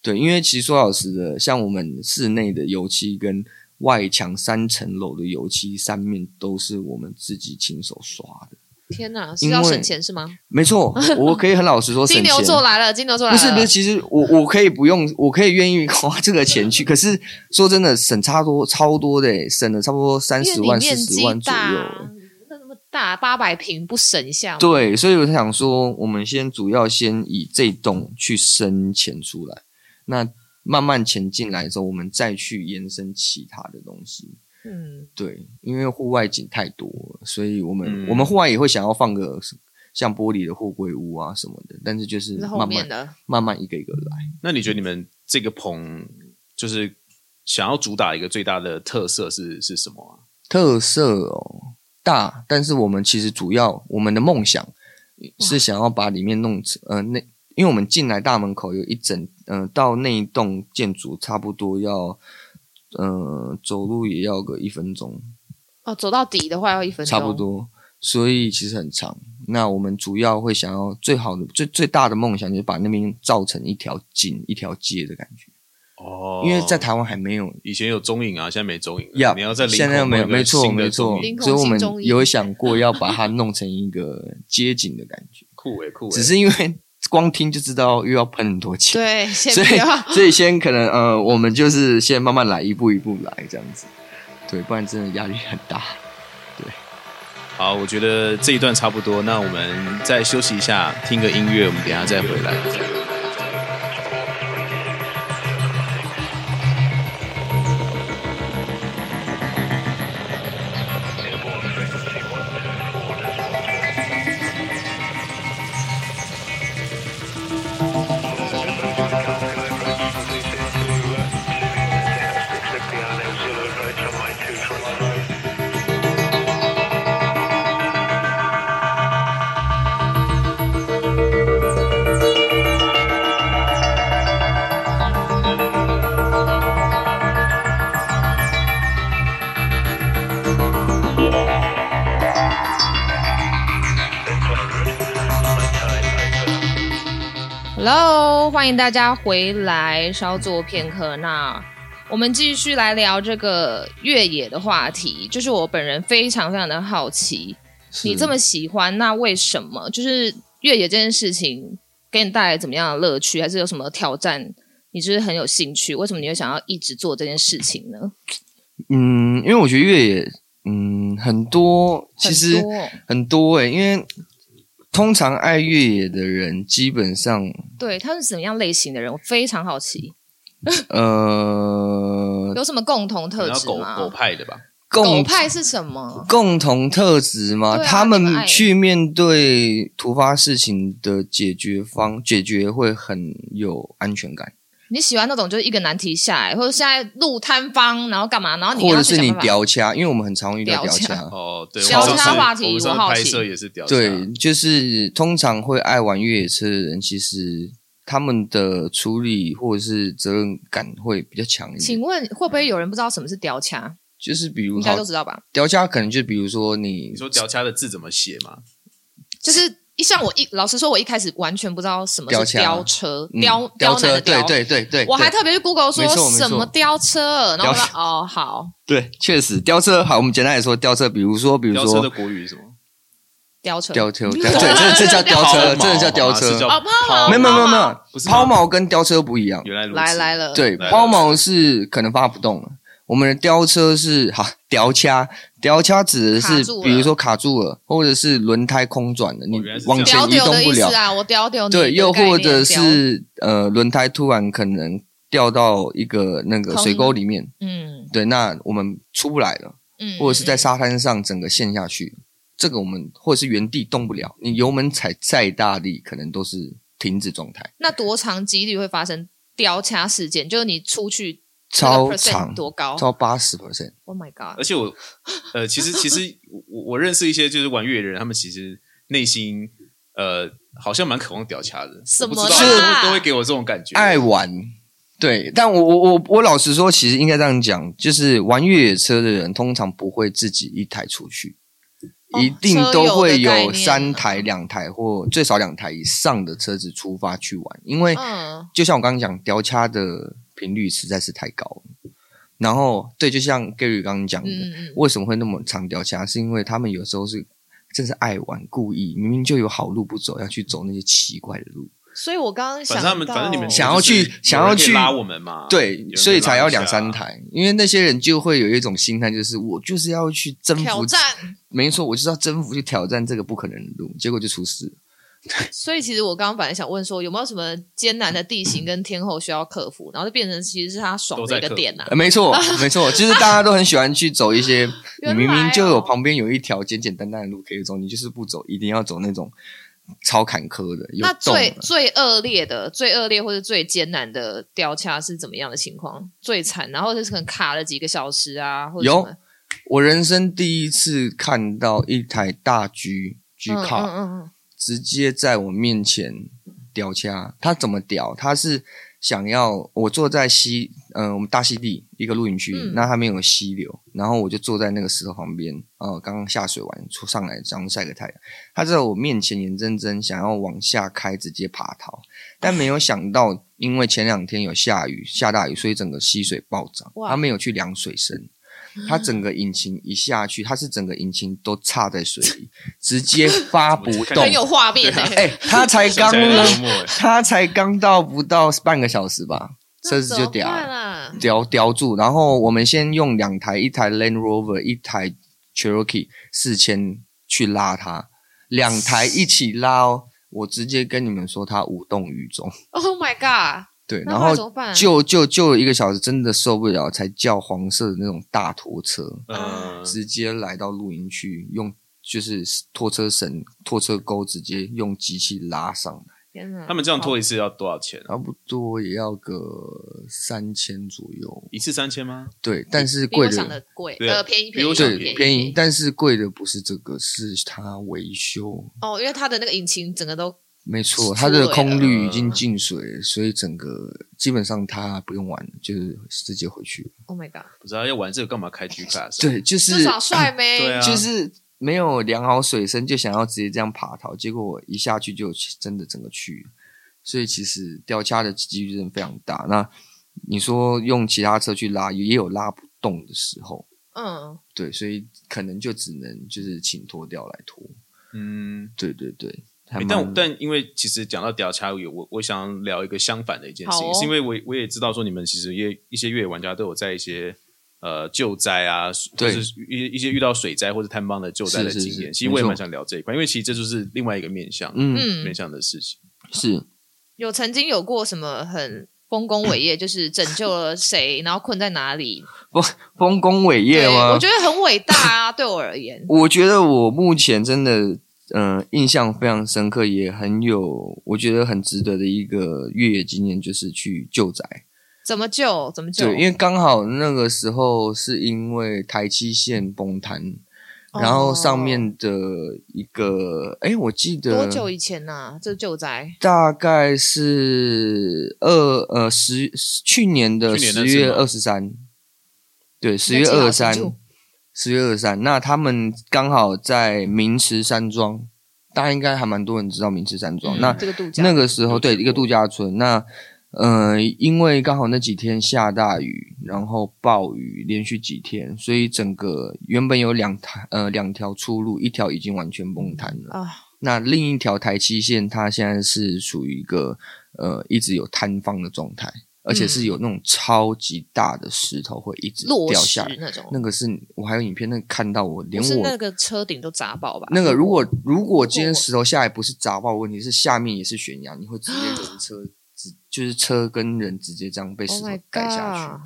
对，因为其实说老实的，像我们室内的油漆跟外墙三层楼的油漆，三面都是我们自己亲手刷的。
天哪，是
因
要
为
省钱是吗？
没错，我可以很老实说，省
金
钱。
牛座来了，金牛座来
不
了，
是不是，其实我我可以不用，我可以愿意花这个钱去。可是说真的，省差多超多的耶，省了差不多三
因为
十
你
万、
面
四
积
十万左
大
右。
啊，那那么大，八百平不省一下吗？
对，所以我想说，我们先主要先以这栋去生钱出来，那慢慢钱进来之后，我们再去延伸其他的东西。
嗯，
对，因为户外景太多了，所以我们、
嗯
我们户外也会想要放个像玻璃的货柜屋啊什么的，但是就是
是后
慢
面
慢
的。
慢慢一个一个来。
那你觉得你们这个棚就是想要主打一个最大的特色是是什么啊？
特色哦大，但是我们其实主要我们的梦想是想要把里面弄成呃那，因为我们进来大门口有一整呃到那一栋建筑差不多要呃走路也要个一分钟，
哦，走到底的话要一分钟，
差不。多，所以其实很长。那我们主要会想要最好的最最大的梦想就是把那边造成一条井一条街的感觉，
哦
因为在台湾还没有
以前有中影啊，现在没中影了。
呀
你要在林口
现在没有，
弄一个
没错，
新的
没错
中影
林口
所以我们
新中医
有想过要把它弄成一个街景的感 觉，
酷
欸
诶酷诶。
只是因为光听就知道又要喷很多钱，
对， 先
所
不要。
以所以先可能呃，我们就是先慢慢来，一步一步来这样子，对，不然真的压力很大。
好，我觉得这一段差不多，那我们再休息一下，听个音乐，我们等一下再回来。
Hello，欢迎大家回来，稍作片刻。那我们继续来聊这个越野的话题，就是我本人非常非常的好奇，你这么喜欢，那为什么？就是越野这件事情给你带来怎么样的乐趣，还是有什么挑战？你就是很有兴趣，为什么你会想要一直做这件事情呢？
嗯，因为我觉得越野，嗯，很多其实
很多
很多欸诶、因为通常爱越野的人基本上
对他是怎么样类型的人，我非常好奇，
呃
有什么共同
可
特
能要
质
狗
吗？
狗派的吧？
共
狗派是什么？
共同特质吗？
对啊
他
你们爱
们去面对突发事情的解决方解决会很有安全感，
你喜欢那种就是一个难题下来，或者现在路摊方，然后干嘛，然后哦你
或
要
者
去
是
想
你
办法
屌掐，因为我们很常遇到
屌
屌
掐
掐。
哦，对，
聊
我们上
其他
次
话题
我们
我
上
好
次
奇
拍摄也是屌炸
对，就是通常会爱玩越野车的人，其实他们的处理或者是责任感会比较强一
请
点。
问会不会有人不知道什么是屌掐？
就是比如
应该
好
都知道吧？
屌掐，可能就比如说你
你说屌掐的字怎么写嘛？
就是一像我一老实说，我一开始完全不知道什么
雕
是
掐
雕车、
嗯
雕
雕
男
车，
的
对
雕。
对对对，
我还
对
特别去 Google 说
没错没错
什么雕车，然后我
雕
说哦好，
对，确实吊车好，我们简单来说，吊车，比如说，比如
屌车的
说
国语是什么？
雕车
吊车，对，这这叫吊
抛
车，
锚
真的叫吊
好吗是
车
叫，
哦抛锚
没有没有
抛
没有
锚
没有
不，是
抛锚跟吊车不一样，
原来如此。
来来了，
对，
来
抛锚是可能发不动了。我们的吊车是哈吊掐，吊掐指的
卡
是
住了
比如说卡住了，或者是轮胎空转了，你
哦原来是
往
这
前
样
屌
移
屌
动
的
不
意思
了，
啊，我屌屌你的
对，又
概念
或者
屌
是呃轮胎突然可能掉到一个那个
空
水沟里面，
嗯
对，那我们出不来了。
嗯，
或者是在
嗯
沙滩上整个陷下去，这个我们或者是原地动不了，你油门踩再大力，可能都是停止状态，
那多长几率会发生雕掐事件？就是你出去这个
超
percent
长
多高
超八十 percent。
？Oh my god！
而且我，呃，其实其实我我我认识一些就是玩越野的人，他们其实内心呃好像蛮渴望屌掐的，
什么
我不知道
啦
都会都会给我这种感觉。
爱玩，对，但我我我我老实说，其实应该这样讲，就是玩越野车的人通常不会自己一台出去，
哦
一定都会
车友的概
有
念嗯
三台、两台或最少两台以上的车子出发去玩，因为
嗯，
就像我刚刚讲，雕掐的频率实在是太高了。然后，对，就像 Gary 刚刚讲的，
嗯嗯
为什么会那么常雕掐？是因为他们有时候是真是爱玩，故意明明就有好路不走，要去走那些奇怪的路。
所以我刚刚
反
想
正
到，
他们反正你们
想要去
就是
想
有
要
人可以
去
拉我们嘛，啊有
对
人可，拉
所以才要
一下
两三。台，因为那些人就会有一种心态，就是我就是要去征
挑
服，
战，
没错，我就是要征服去挑战这个不可能的路，结果就出事了。
所以其实我刚刚本来想问说，有没有什么艰难的地形跟天候需要克服，然后就变成其实是他爽的一个点啊呐、
呃没错，没错，就是大家都很喜欢去走一些 你
原来哦
明明就有旁边有一条简简单单的路可以走，你就是不走，一定要走那种超坎坷的，有
那
洞
最
的。
最恶劣的、最恶劣或者最艰难的雕掐是怎么样的情况？最惨，然后就是可能卡了几个小时啊，或者
有
什么
我人生第一次看到一台大 G G
嗯
Car，、
嗯嗯嗯，
直接在我面前屌掐。他怎么屌？他是想要我坐在溪，嗯、我们大溪地一个露营区，
嗯
那它没有溪流，然后我就坐在那个石头旁边，呃，刚刚下水完出上来，想晒个太阳。他在我面前眼睁睁想要往下开，直接爬逃，但没有想到，因为前两天有下雨，下大雨，所以整个溪水暴涨，
哇
他没有去量水 深。他整个引擎一下去，他是整个引擎都插在水里，直接发不
我看
动
懂，
很有画面欸
哎、他才
想
刚
起来很幽默 哎
他才刚到不到半个小时吧，车子就掉
那怎么办
了
啊
叼叼住。然后我们先用两台，一台 Land Rover，一台 Cherokee 四千去拉它，两台一起拉哦。我直接跟你们说，它无动于衷。
！Oh my god！
对，
那
然
后来怎么
后
办？
就就就一个小时，真的受不了，才叫黄色的那种大拖车，
嗯，
直接来到露营区，用就是拖车绳、拖车钩，直接用机器拉上来。
天哪
他们这样拖一次要多少钱啊？
差不多也要个三千左右。
一次三千吗？
对，但是
比我
贵
想
的
的贵，
对
呃，便宜
比
便
我
宜
想
对
的
便宜
便宜，但是贵的不是这个，是它维修。
哦，因为它的那个引擎整个都
没错，
是
它
出
的
了
空滤已经进水了，所以整个基本上它不用玩了，就是直接回去了。
，Oh my god！
不知道要玩这个干嘛开 G class？，
对，就
至
是嗯
少 帅妹，
对啊
就是没有量好水深，就想要直接这样爬逃，结果我一下去就真的整个去了，所以其实掉掐的几率真的非常大。那你说用其他车去拉，也有拉不动的时候，
嗯，
对，所以可能就只能就是请拖掉来拖。
嗯，
对对对，还
欸
蛮
但我但因为其实讲到屌叉，有我我想聊一个相反的一件事情，
好哦
是因为我我也知道说你们其实也一些越野玩家都有在一些呃救灾啊，就
对
是一一些遇到水灾或者探帮的救灾的
是
经
是
验。
是
其实我也
没错
蛮想聊这一块，因为其实这就是另外一个面向、
嗯
嗯
面向的事情。
是
有曾经有过什么很丰功伟业， 就是拯救了谁，然后困在哪里？
丰功伟业
对，
吗？
我觉得很伟大啊， 对我而言，
我觉得我目前真的，嗯、印象非常深刻，也很有，我觉得很值得的一个越野经验，就是去救灾。
怎么救？怎么救？
对，因为刚好那个时候是因为台七线崩塌，
哦
然后上面的一个，哎、我记
多
得
久以前呐、这救灾
大概是二呃十去年的
去年的
十
事
月
吗
二十三，对，十
那
月
记好
二
记
三
住，
十月二三，那他们刚好在明池山庄，大家应该还蛮多人知道明池山庄，
嗯
哦那
这个度假
那个时候，对
有去
一个
过
度假村。那呃，因为刚好那几天下大雨，然后暴雨连续几天，所以整个原本有两台呃两条出路，一条已经完全崩塌了。
啊，
那另一条台七线，它现在是属于一个呃一直有坍方的状态，而且是有那种超级大的石头会一直
嗯落
掉
石
下来。
那种，
那个是我还有影片，那个看到我连
不是
我
那个啊车顶都砸爆吧？
那个如果如果今
如
天
果
石头下来不是砸爆的问题，是下面也是悬崖，你会直接人车直就是车跟人直接这样被
啊 Oh
石头
my
盖下去。
god！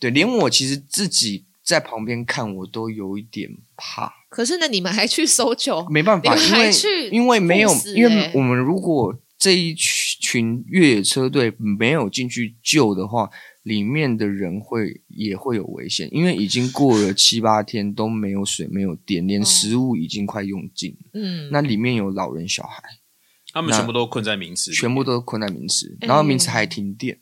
对，连我其实自己在旁边看，我都有一点怕，
可是那你们还去搜救？
没办法，
你们
因
还
为
去
因为没有
赴，死
因为
欸
我们如果这一群群越野车队没有进去救的话，里面的人会也会有危险，因为已经过了七八天都没有水、没有电，连
哦
食物已经快用尽了。
嗯，
那里面有老人、小孩，
他们全部都困在名词里，
全部都困在名池，
哎
然后名池还停电，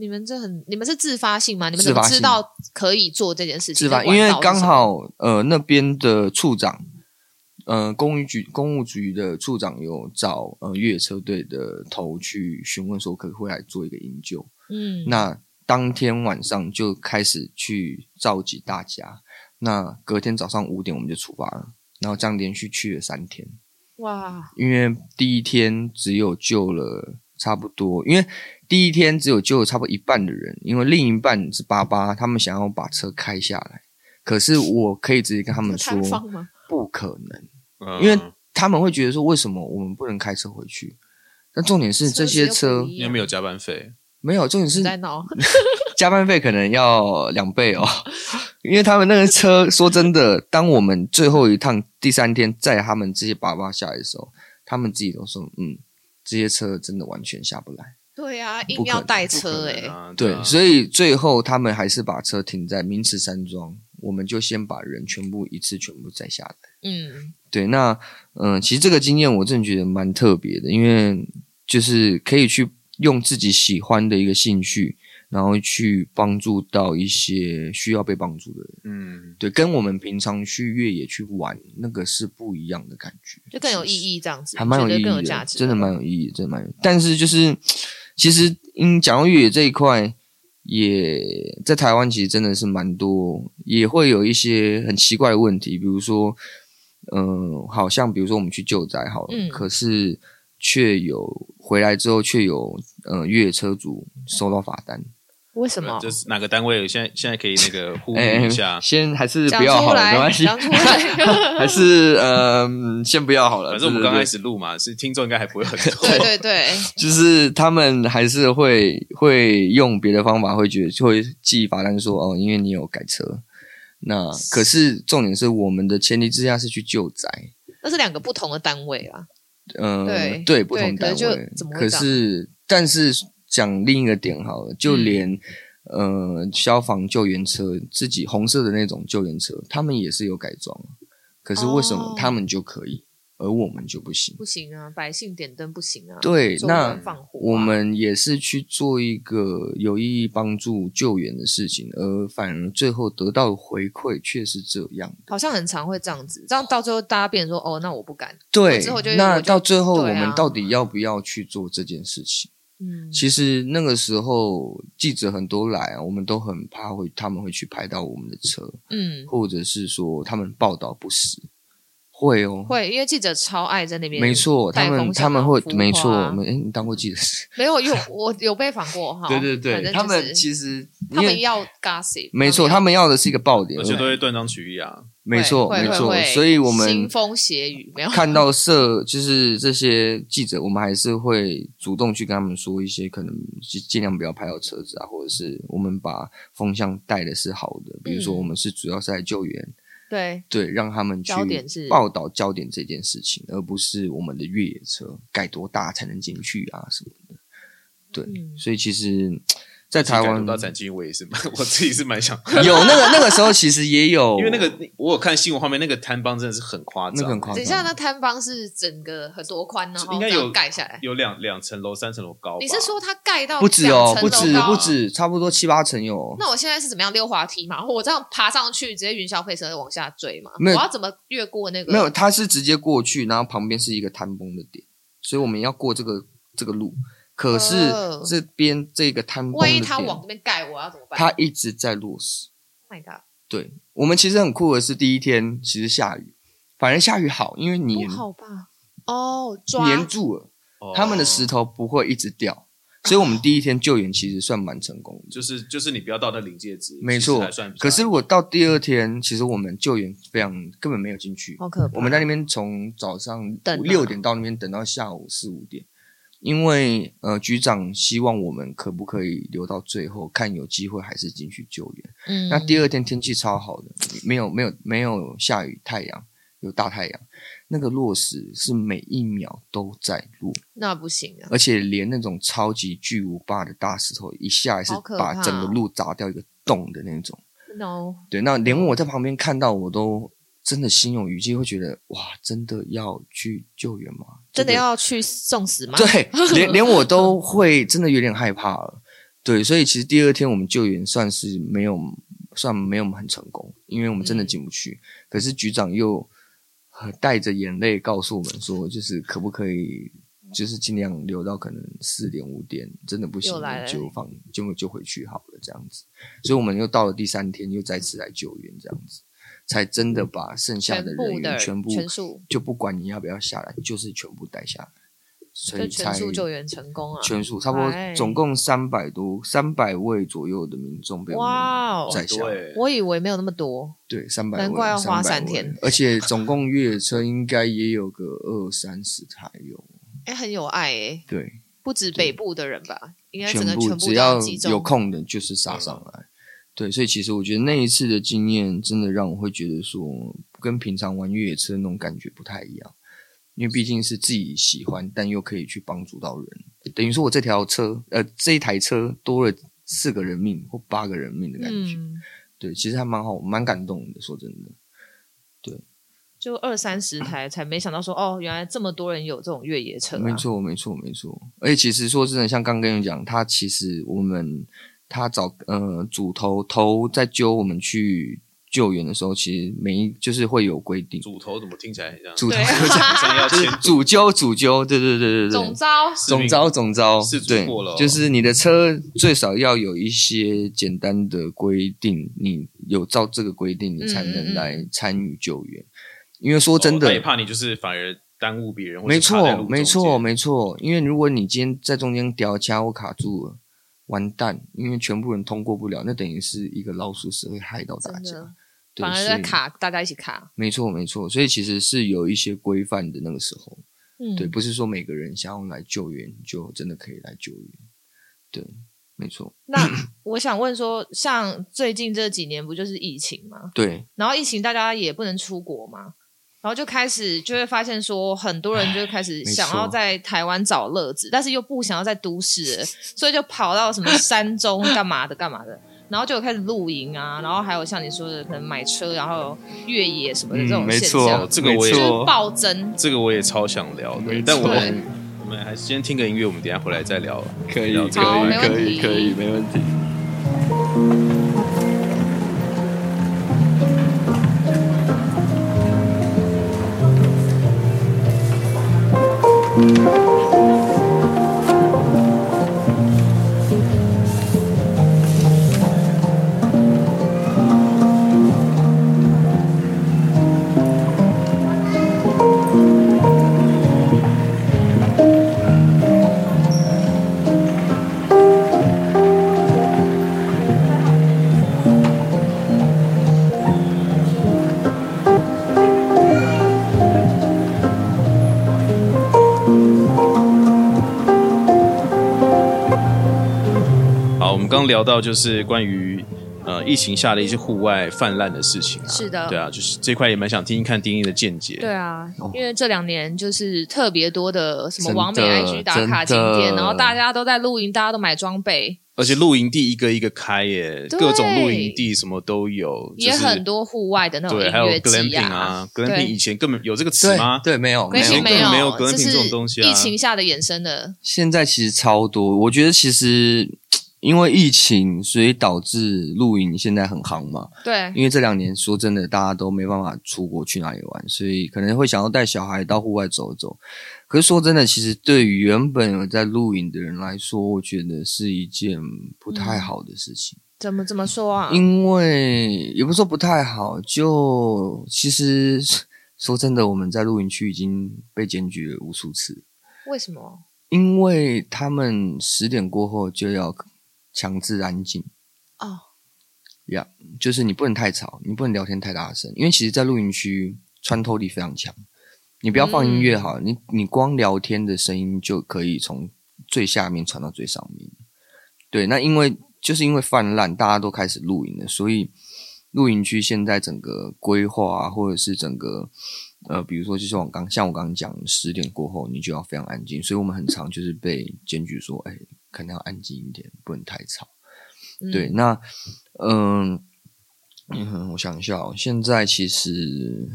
你们这很，你们是自发性吗？你们怎么
自发性
知道可以做这件事情？
是吧？因
那
为
管道是
刚
什么
好呃那边的处长，呃公务局公务局的处长有找呃越野车队的头去询问说可不可以来做一个营救，
嗯，
那当天晚上就开始去召集大家，那隔天早上五点我们就出发了，然后这样连续去了三天。
哇，
因为第一天只有救了差不多，因为第一天只有救了差不多一半的人，因为另一半是爸爸，他们想要把车开下来，可是我可以直接跟他们
有探
说
访吗？
不可能，
嗯
因为他们会觉得说为什么我们不能开车回去？但重点是这些
车
车
因为没有加班费，
没有，重点是
在闹，
加班费可能要两倍哦， 因为他们那个车，说真的，当我们最后一趟第三天载他们这些爸爸下来的时候，他们自己都说，嗯，这些车真的完全下不来。
对啊，
不
硬
可
要
能
带
不可
车
能
哎、
啊
欸对，
啊
所以最后他们还是把车停在明池山庄，我们就先把人全部一次全部载下来。
嗯，
对，那嗯、呃其实这个经验我真的觉得蛮特别的，因为就是可以去用自己喜欢的一个兴趣，然后去帮助到一些需要被帮助的人。
嗯，
对，跟我们平常去越野去玩那个是不一样的感觉，
就更有意，义这样子，
还蛮有
觉得
意义
更有
的，
价值，
真的蛮有意义，真的蛮有。但是就是，其实嗯，讲到越野这一块，也在台湾其实真的是蛮多，也会有一些很奇怪的问题，比如说，嗯、好像比如说我们去救灾好了，
嗯
可是却有回来之后却有嗯、呃越野车主收到罚单，
为什么
这？啊是哪个单位？现在现在可以那个 呼
哎、
吁一下，
先还是
讲
不要
出
好了，
来，
没关系。
讲出 来，
还是呃，嗯先不要好了。
反正我们刚开
始
始录嘛，是听众应该还不会 很
对
多，
对对，哎
就是他们还是会会用别的方法，会觉得会记罚单说哦，因为你有改车。那可是重点是我们的前提之下是去救灾，
那是两个不同的单位啊啦。
嗯、
对
对，不同
对
单
可是就
位
怎么。会
可是，但是讲另一个点好了，就
嗯
连、呃消防救援车自己红色的那种救援车，他们也是有改装，可是为什
哦
么他们就可以，而我们就不行？
不行啊，百姓点灯不行啊。
对
做
那
人放火啊、
我们也是去做一个有意义帮助救援的事情，而反而最后得到的回馈却是这样。
好像很常会这样子，这样到最后大家变成说哦，那我不敢。
对
之后就，我
那
就
到最后
对
我
啊
们到底要不要去做这件事情？
嗯，
其实那个时候记者很多来啊，我们都很怕会他们会去拍到我们的车，
嗯
或者是说他们报道不实，会哦，
会，因为记者超爱在那边。
没错，他
带风向
们
啊
他们会
浮夸
没错，我们哎，你当过记者是？
没有用，我有被访过哈。反正就是
他们其实
他
因
们
为
要 gossip，
没错，他们要的是一个爆点，
而
而
且都会断章取义啊。
没错，
会
没
会
错
会，
所以我 们
腥风血雨没有。
看到社就是这些记者，我们还是会主动去跟他们说一些可能尽尽量不要拍到车子啊，或者是我们把风向带的是好的，比如说
嗯
我们是主要是来救援，
对，
对，让他们去
焦点是
报道焦点这件事情，而不是我们的越野车改多大才能进去啊什么的。对，
嗯
所以其实，在台湾
到展金，我也是蛮， 我自己是蛮 想，
有那个那个时候其实也有，
因为那个我有看新闻画面，那个摊帮真的是很夸张，
那个很夸
等一
张
下，那摊方是整个很多宽，然后
应该
这
有
样盖下来。
有两两层楼、三层楼高吧。
你是说它盖到
不止哦，
两
不
层
止
楼高
不止，差不多七八成有哦。
那我现在是怎么样溜滑梯嘛？我这样爬上去，直接云霄飞车往下坠嘛？
没有
我要怎么越过那个？
没有，它是直接过去，然后旁边是一个摊崩的点，所以我们要过这个这个路。可是
哦
这边这个摊崩的
万一
点，
他往这边盖，我要怎么办
它一直在落实。
Oh ？My God，
对我们其实很酷的是，第一天其实下雨，反正下雨好，因为
不
黏
好吧？哦，抓
黏住了，
哦
他们的石头不会一直掉，所以我们第一天救援其实算蛮成功的。
就是就是你不要到那临界值，
没
其实
错
还算不，错
可是如果到第二天，其实我们救援非常根本没有进去，
好可怕。
我们在那边从早上
等啊
六点到那边等到下午四五点，因为呃局长希望我们可不可以留到最后，看有机会还是进去救援。
嗯
那第二天天气超好的，没有没有没有下雨太阳，有大太阳，那个落石是每一秒都在落，
那不行啊，
而且连那种超级巨无霸的大石头一下也是
好可
把
怕
整个路砸掉一个洞的那种。
no，
对，那连我在旁边看到，我都真的心有余悸，会觉得哇，真的要去救援吗？
真的
这个
要去送死吗？
对，连连我都会真的有点害怕了。对，所以其实第二天我们救援算是没有，算没有很成功，因为我们真的
嗯
进不去。可是局长又呃带着眼泪告诉我们说，就是可不可以，就是尽量留到可能四点五点，真的不行
又来了
就放就就回去好了这样子。所以我们又到了第三天，又再次来救援这样子，才真的把剩下
嗯全
的人
部的
员全部
全数，
就不管你要不要下来，就是全部带下来，所
就
以
全
才
数救援成功啊！
全数差不多
哎
总共三百多三百位左右的民众被我们
哇哦，
载下来，
对，
我以为没有那么多，
对，三百
难怪要花三天，
300位而且总共越野车应该也有个二三十台有，
哎，很有爱哎、
对，
不止北部的人吧，应该整个
全
全
只
都
要
集中
有空的就是杀上来。对，所以其实我觉得那一次的经验，真的让我会觉得说，跟平常玩越野车那种感觉不太一样，因为毕竟是自己喜欢，但又可以去帮助到人。等于说我这条车，呃，这一台车多了四个人命或八个人命的感觉。
嗯，
对，其实还蛮好，蛮感动的。说真的，
就二三十台，才没想到说哦，原来这么多人有这种越野车、啊，
没错，没错，没错。而且其实说真的，像刚跟你讲，他其实我们他找呃组头头在揪我们去救援的时候，其实每一就是会有规定，
主头怎么听起来很像？
组头
对啊
就这样
好像要
就是
签
组揪组揪，对对对对对
总，招
总招总招
是，组
对
过了哦，
就是你的车最少要有一些简单的规定，你有照这个规定，你才
嗯嗯
能
嗯
来参与救援。因为说真
哦
的，
那也怕你就是反而耽误别人，或
没
是卡在
错
路，中
没错，
间，
没错。因为如果你今天在中间掉卡或卡住了，完蛋，因为全部人通过不了，那等于是一个老鼠屎会害到大
真
家
的。
啊对
反而
所
在
以
卡，大家一起卡，
没错，没错。所以其实是有一些规范的那个时候，
嗯，
对，不是说每个人想要来救援就真的可以来救援，对，没错，
那我想问说，像最近这几年不就是疫情吗？
对，
然后疫情大家也不能出国嘛，然后就开始就会发现说，很多人就开始
错
想要在台湾找乐子，但是又不想要在都市了，所以就跑到什么山中干嘛的干嘛的，然后就有开始露营啊，然后还有像你说的可能买车，然后越野什么的这种现象，
嗯这个我也
就
没
是
错
暴增。
这个我也超想聊的
没，
但我
错
们我们还是先听个音乐，我们等一下回来再聊。
可
了解好
没问题
没问题。
好，我们刚聊到就是关于呃疫情下的一些户外泛滥的事情啊，
是的
对啊，就是这块也蛮想听一看丁一的见解。
对啊
哦，
因为这两年就是特别多的什么
真的
完美 IG 打卡景
真
点，
的
然后大家都在露营，大家都买装备，
而且露营地一个一个开耶，
对
各种露营地什么都有，
也
就是
很多户外的那种
对，
音
还有
乐
glamping
季
啊
对
，glamping 以前根本有这个词
对
吗？
对，哦没有，
没
以前
有
根本
有，
没有
这
glamping 这
是
种东西啊
疫情下的衍生的，
现在其实超多，我觉得其实因为疫情，所以导致露营现在很夯嘛。
对，
因为这两年说真的，大家都没办法出国去哪里玩，所以可能会想要带小孩到户外走走。可是说真的，其实对于原本有在露营的人来说，我觉得是一件不太好的事情。
怎么怎么说啊？
因为也不是说不太好，就其实 说真的，我们在露营区已经被检举了无数次了。
为什么？
因为他们十点过后就要强制安静，
哦，
就是你不能太吵，你不能聊天太大声，因为其实，在露营区穿透力非常强。你不要放音乐好了，你你光聊天的声音就可以从最下面传到最上面。对，那因为就是因为泛滥，大家都开始露营了，所以露营区现在整个规划啊，或者是整个呃，比如说就像我刚像我刚刚讲，十点过后你就要非常安静，所以我们很常就是被检举说，哎，可能要安静一点，不能太吵。
嗯
对，那嗯嗯，我想一下、哦，现在其实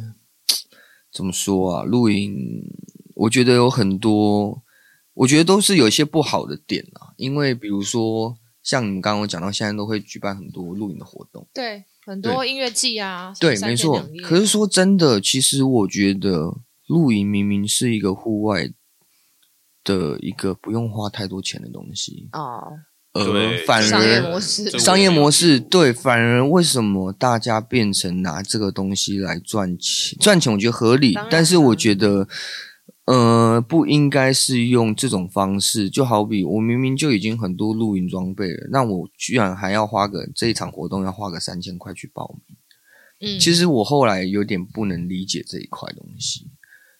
怎么说啊？露营，我觉得有很多，我觉得都是有一些不好的点啊。因为比如说，像你们刚刚有讲到，现在都会举办很多露营的活动，
对，很多音乐季啊，
对，
三
没
天
错
两夜。
可是说真的，其实我觉得露营明明是一个户外的一个不用花太多钱的东西，
哦，
对
呃，反
商业
而
模式
这我
商业模式
也有
对，反而为什么大家变成拿这个东西来赚钱？赚钱我觉得合理
当然，啊
但是我觉得，呃，不应该是用这种方式。就好比我明明就已经很多露营装备了，那我居然还要花个这一场活动要花个三千块去报名。
嗯，
其实我后来有点不能理解这一块东西，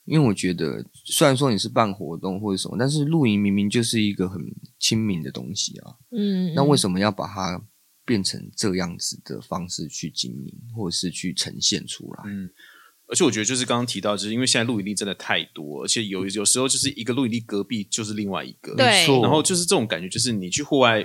因为我觉得虽然说你是办活动或者什么，但是露营明明就是一个很亲民的东西啊。
嗯，
那为
么？
什么要把它变成这样子的方式去经营，或者是去呈现出来？
嗯，而且我觉得就是刚刚提到，就是因为现在露营地真的太多，而且有有时候就是一个露营地隔壁就是另外一个，
嗯对没错
然后就是这种感觉，就是你去户外，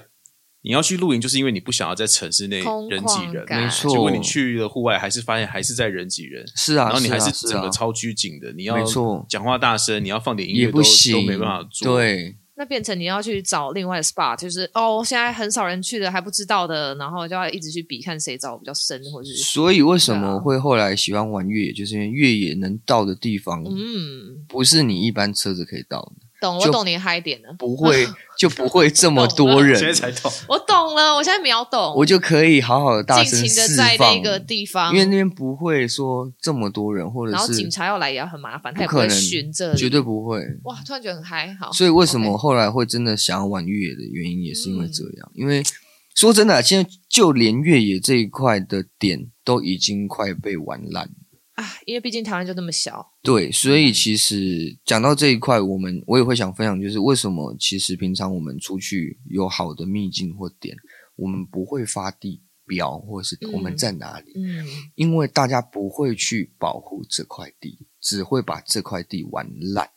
你要去露营，就是因为你不想要在城市内
空旷
人挤人，
感没
错
结果你去了户外，还是发现还是在人挤人，
是啊，
然后你还
是啊
整个
啊
超拘谨的，你要
没错
讲话大声，你要放点音乐
也不
都
行，
都没办法做，，
对，
嗯那变成你要去找另外的 SPA，就是哦，现在很少人去的，还不知道的，然后就要一直去比看谁找比较深，或者是
所以为什
对啊
么会后来喜欢玩越野，就是因为越野能到的地方，
嗯，
不是你一般车子可以到的，
懂，我
就
懂你的嗨点了，
不会就不会这么多
现在
人，
才懂，
我懂了，我现在秒懂，
我就可以好好的大声
尽情
释
的在
放，
那个地方，
因为那边不会说这么多人，或者
然后警
是
察要来也很麻烦，他
不
也
可
会
能
巡这里，
绝对不会，
哇，突然觉得很嗨，好，
所以为什
OK 嗯
么后来会真的想要玩越野的原因，也是因为这样。因为说真的啊、现在就连越野这一块的点都已经快被玩烂。
啊，因为毕竟台湾就那么小，
对，所
嗯
以其实讲到这一块，我们我也会想分享，就是为什么其实平常我们出去有好的秘境或点，我们不会发地标或是我们
嗯
在哪里，
嗯，
因为大家不会去保护这块地，只会把这块地玩烂。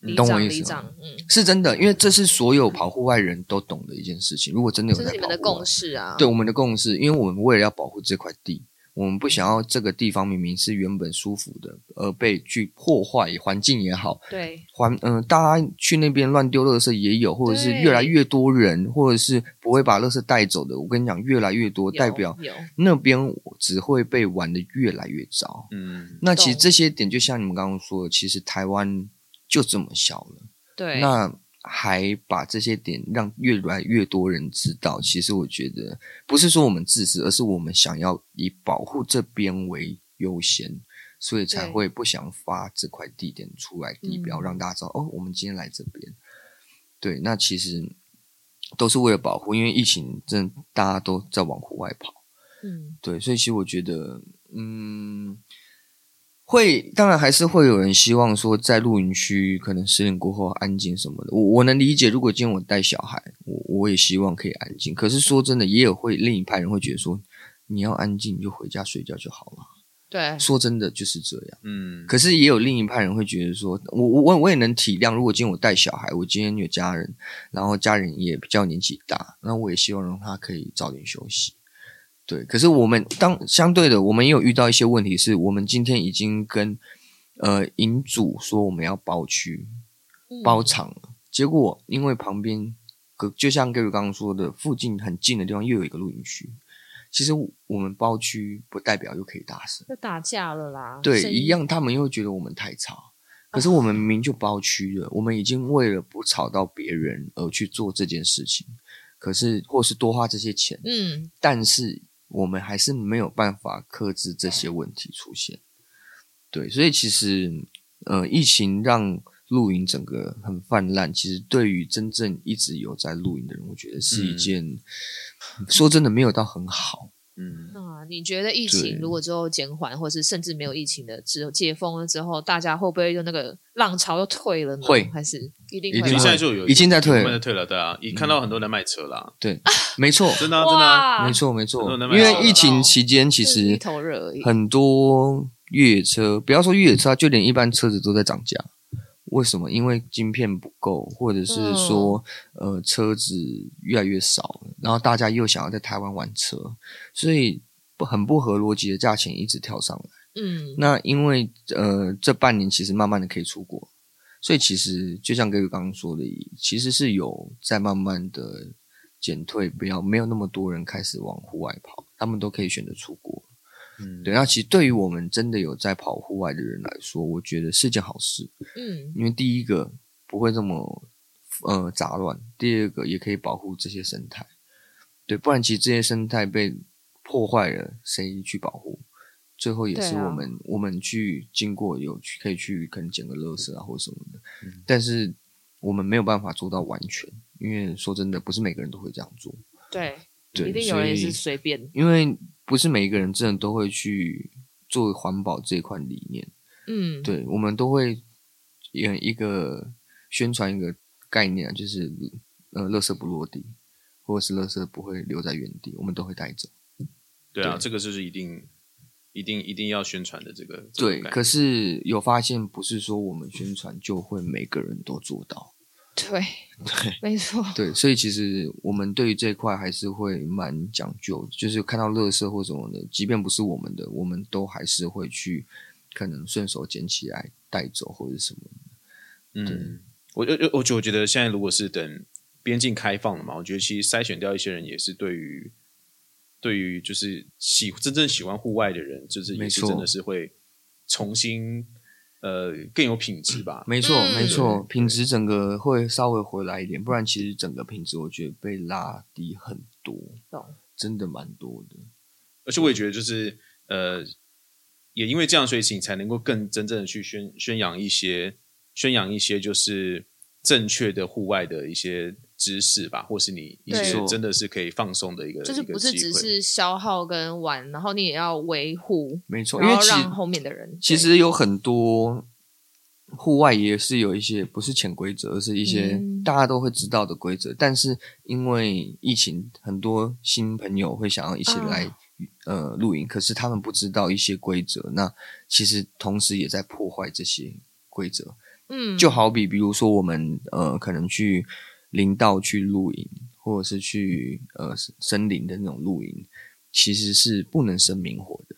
里
懂我
长
意
里
思吗
长，嗯，
是真的，因为这是所有跑户外人都懂的一件事情。如果真的有
这
在
是你们的
跑户外
共识啊，
对我们的共识，因为我们为了要保护这块地，我们不想要这个地方明明是原本舒服的，而被去破坏，环境也好，
对，
环嗯、大家去那边乱丢垃圾也有，或者是
对
越来越多人，或者是不会把垃圾带走的。我跟你讲，越来越多，代
有
表
有，
那边只会被玩的越来越糟。
嗯，
那其实
懂
这些点，就像你们刚刚说的，其实台湾就这么小了。
对，
那还把这些点让越来越多人知道，其实我觉得不是说我们自私，而是我们想要以保护这边为优先，所以才
对
会不想发这块地点出来地标，
嗯
让大家知道哦，我们今天来这边。对，那其实都是为了保护，因为疫情真的大家都在往户外跑。
嗯，
对，所以其实我觉得，嗯，会当然还是会有人希望说，在露营区可能十点过后安静什么的。我我能理解，如果今天我带小孩，我我也希望可以安静。可是说真的，也有会另一派人会觉得说，你要安静你就回家睡觉就好了。
对，
说真的就是这样。
嗯，
可是也有另一派人会觉得说，我我我我也能体谅，如果今天我带小孩，我今天有家人，然后家人也比较年纪大，那我也希望让他可以早点休息。对，可是我们当相对的，我们也有遇到一些问题，是我们今天已经跟呃营主说我们要包区
嗯
包场了，结果因为旁边隔就像各位刚刚说的，附近很近的地方又有一个露营区，其实我们包区不代表又可以大声。
就打架了啦，
对，
声音啊
一，样，他们又觉得我们太吵。可是我们明明就包区了，我们已经为了不吵到别人而去做这件事情，可是或是多花这些钱，
嗯，
但是我们还是没有办法克制这些问题出现。对，所以其实呃，疫情让露营整个很泛滥，其实对于真正一直有在露营的人，我觉得是一
嗯
件、说真的没有到很好。
嗯，
那你觉得疫
对
情如果之后减缓，或是甚至没有疫情的，只有解封了之后，大家会不会就那个浪潮又退了呢？
会
还是一定
一
其实
会
定
吗
现在
会
就有
已经在退了
慢慢在退了，对啊，你看到很多人卖车啦，
对，没错，
真的啊真的啊，
哇，
没错，没错
很多人，在
因
买
为疫
车
情期间其
就是一
实
头热而已，
很多越野车，不要说越野车啊，就连一般车子都在涨价。为什么？因为晶片不够，或者是说，
嗯
呃，车子越来越少，然后大家又想要在台湾玩车，所以不很不合逻辑的价钱一直跳上来。
嗯，
那因为呃，这半年其实慢慢的可以出国，所以其实就像各位刚刚说的，其实是有在慢慢的减退，不要没有那么多人开始往户外跑，他们都可以选择出国。
嗯，
对，那其实对于我们真的有在跑户外的人来说，我觉得是件好事，
嗯，
因为第一个不会这么呃杂乱，第二个也可以保护这些生态。对，不然其实这些生态被破坏了，谁去保护？最后也
对
是
啊
我们、我们去经过有去可以去可能捡个垃圾啊或什么的，但是我们没有办法做到完全，因为说真的，不是每个人都会这样做。
对，
对，
一定有人也
所以
是随便，
因为不是每一个人真的都会去做环保这一块理念，
嗯，
对我们都会有一个宣传一个概念啊，就是呃，垃圾不落地，或者是垃圾不会留在原地，我们都会带走。
对啊，
对
这个就是一定一定一定要宣传的这个这个
对，
概念
可是有发现，不是说我们宣传就会每个人都做到。
对，没错，
对，所以其实我们对于这一块还是会蛮讲究，就是看到垃圾或什么的，即便不是我们的，我们都还是会去可能顺手捡起来带走或者什么。
嗯，我我我我觉我觉得现在如果是等边境开放了嘛，我觉得其实筛选掉一些人也是对于对于就是喜真正喜欢户外的人，就是也是
没错
真的是会重新呃更有品质吧。
没错，
嗯
没错，品质整个会稍微回来一点，不然其实整个品质我觉得被拉低很多，
懂，
真的蛮多的。
而且我也觉得就是呃，也因为这样，所以你才能够更真正的去宣宣扬一些宣扬一些就是正确的户外的一些知识吧，或是你一
对
些真的是可以放松的一个
就是
一个
不是
机
只
会
是消耗跟玩，然后你也要维护，
没错，因
然
为
后
其实
让后面的人，
其实有很多户外也是有一些不是潜规则，而是一些
嗯
大家都会知道的规则，但是因为疫情，很多新朋友会想要一
嗯
起来、呃露营，可是他们不知道一些规则，那其实同时也在破坏这些规则。
对嗯，
就好比比如说我们呃可能去林道去露营，或者是去呃森林的那种露营，其实是不能生明火的。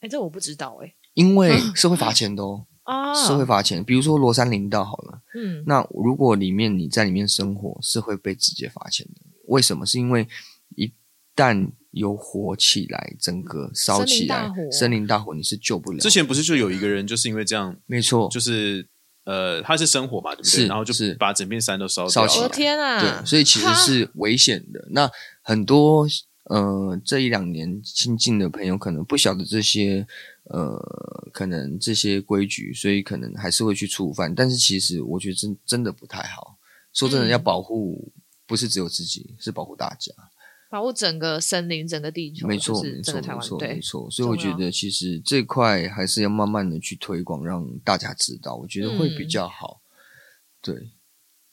哎，这我不知道哎，
因为是会罚钱的哦，
啊，
是会罚钱。比如说罗山林道好了，
嗯，
那如果里面你在里面生火，是会被直接罚钱的。为什么？是因为一旦有火起来，整个烧
森林
起来
大，火
森林大火你是救不了。
之前不是就有一个人就是因为这样，
没错，
就是呃，他是生火嘛，对不对？
是
然后就是把整片山都烧
烧
掉
起
我
了
的
来
天啊，
对，所以其实
哈
是危险的。那很多呃这一两年新进的朋友可能不晓得这些呃可能这些规矩，所以可能还是会去触犯。但是其实我觉得真真的不太好。说真的，
嗯
要保护不是只有自己，是保护大家。
保护整个森林、整个地球，
没
就
错，
是
没
整个
错，
台
没
湾，
错，没
对，
错。所以我
重
觉
要
得其实这块还是要慢慢的去推广，让大家知道，我觉得会比
嗯
较好。对，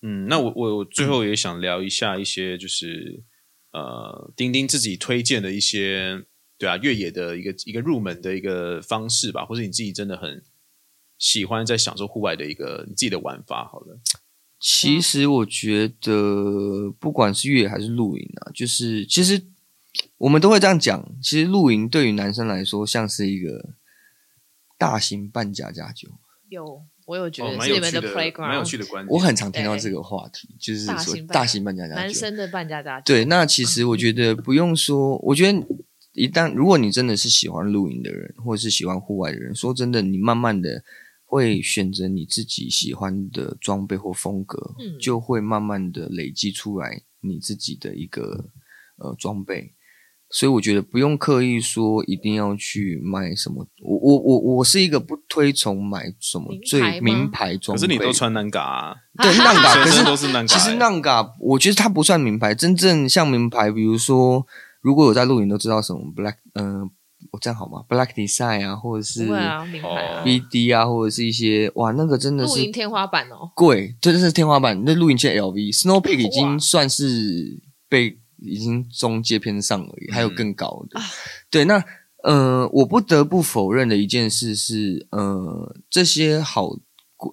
嗯，那我我我最后也想聊一下一些就是呃，钉钉自己推荐的一些对啊越野的一个一个入门的一个方式吧，或者你自己真的很喜欢在享受户外的一个你自己的玩法。好了，
其
嗯
实我觉得，不管是越野还是露营啊，就是其实我们都会这样讲。其实露营对于男生来说，像是一个大型半家家酒。
有我有觉
哦，
得
蛮
是
有
你们
趣
的
的，蛮有趣
playground，
的观点。
我很常听到这个话题，就是说
大
大
型
型半家家酒。
男生的半家家酒，
对，那其实我觉得不用说，我觉得一旦如果你真的是喜欢露营的人，或者是喜欢户外的人，说真的，你慢慢的会选择你自己喜欢的装备或风格，
嗯
就会慢慢的累积出来你自己的一个呃装备。所以我觉得不用刻意说一定要去买什么，我我我我是一个不推崇买什么
名牌
最
吗
名牌装
可
备，
是你都穿南嘎、啊，
对浪打，
学
可
生
是
都是南嘎、欸
其实 Nanga，我觉得它不算名牌，真正像名牌，比如说，如果有在露营都知道什么 Black，嗯、我这样好吗？Black Design 啊，或者是
不会啊，名牌
哦，
啊
BD 啊，或者是一些哇，那个真的
露营
是
天花板哦，
贵，这就是天花板。那露营界 LV、Snow Peak 已
哇
经算
啊
是被已经中阶偏上而已，还有更高的。对，那呃，我不得不否认的一件事是，呃，这些好，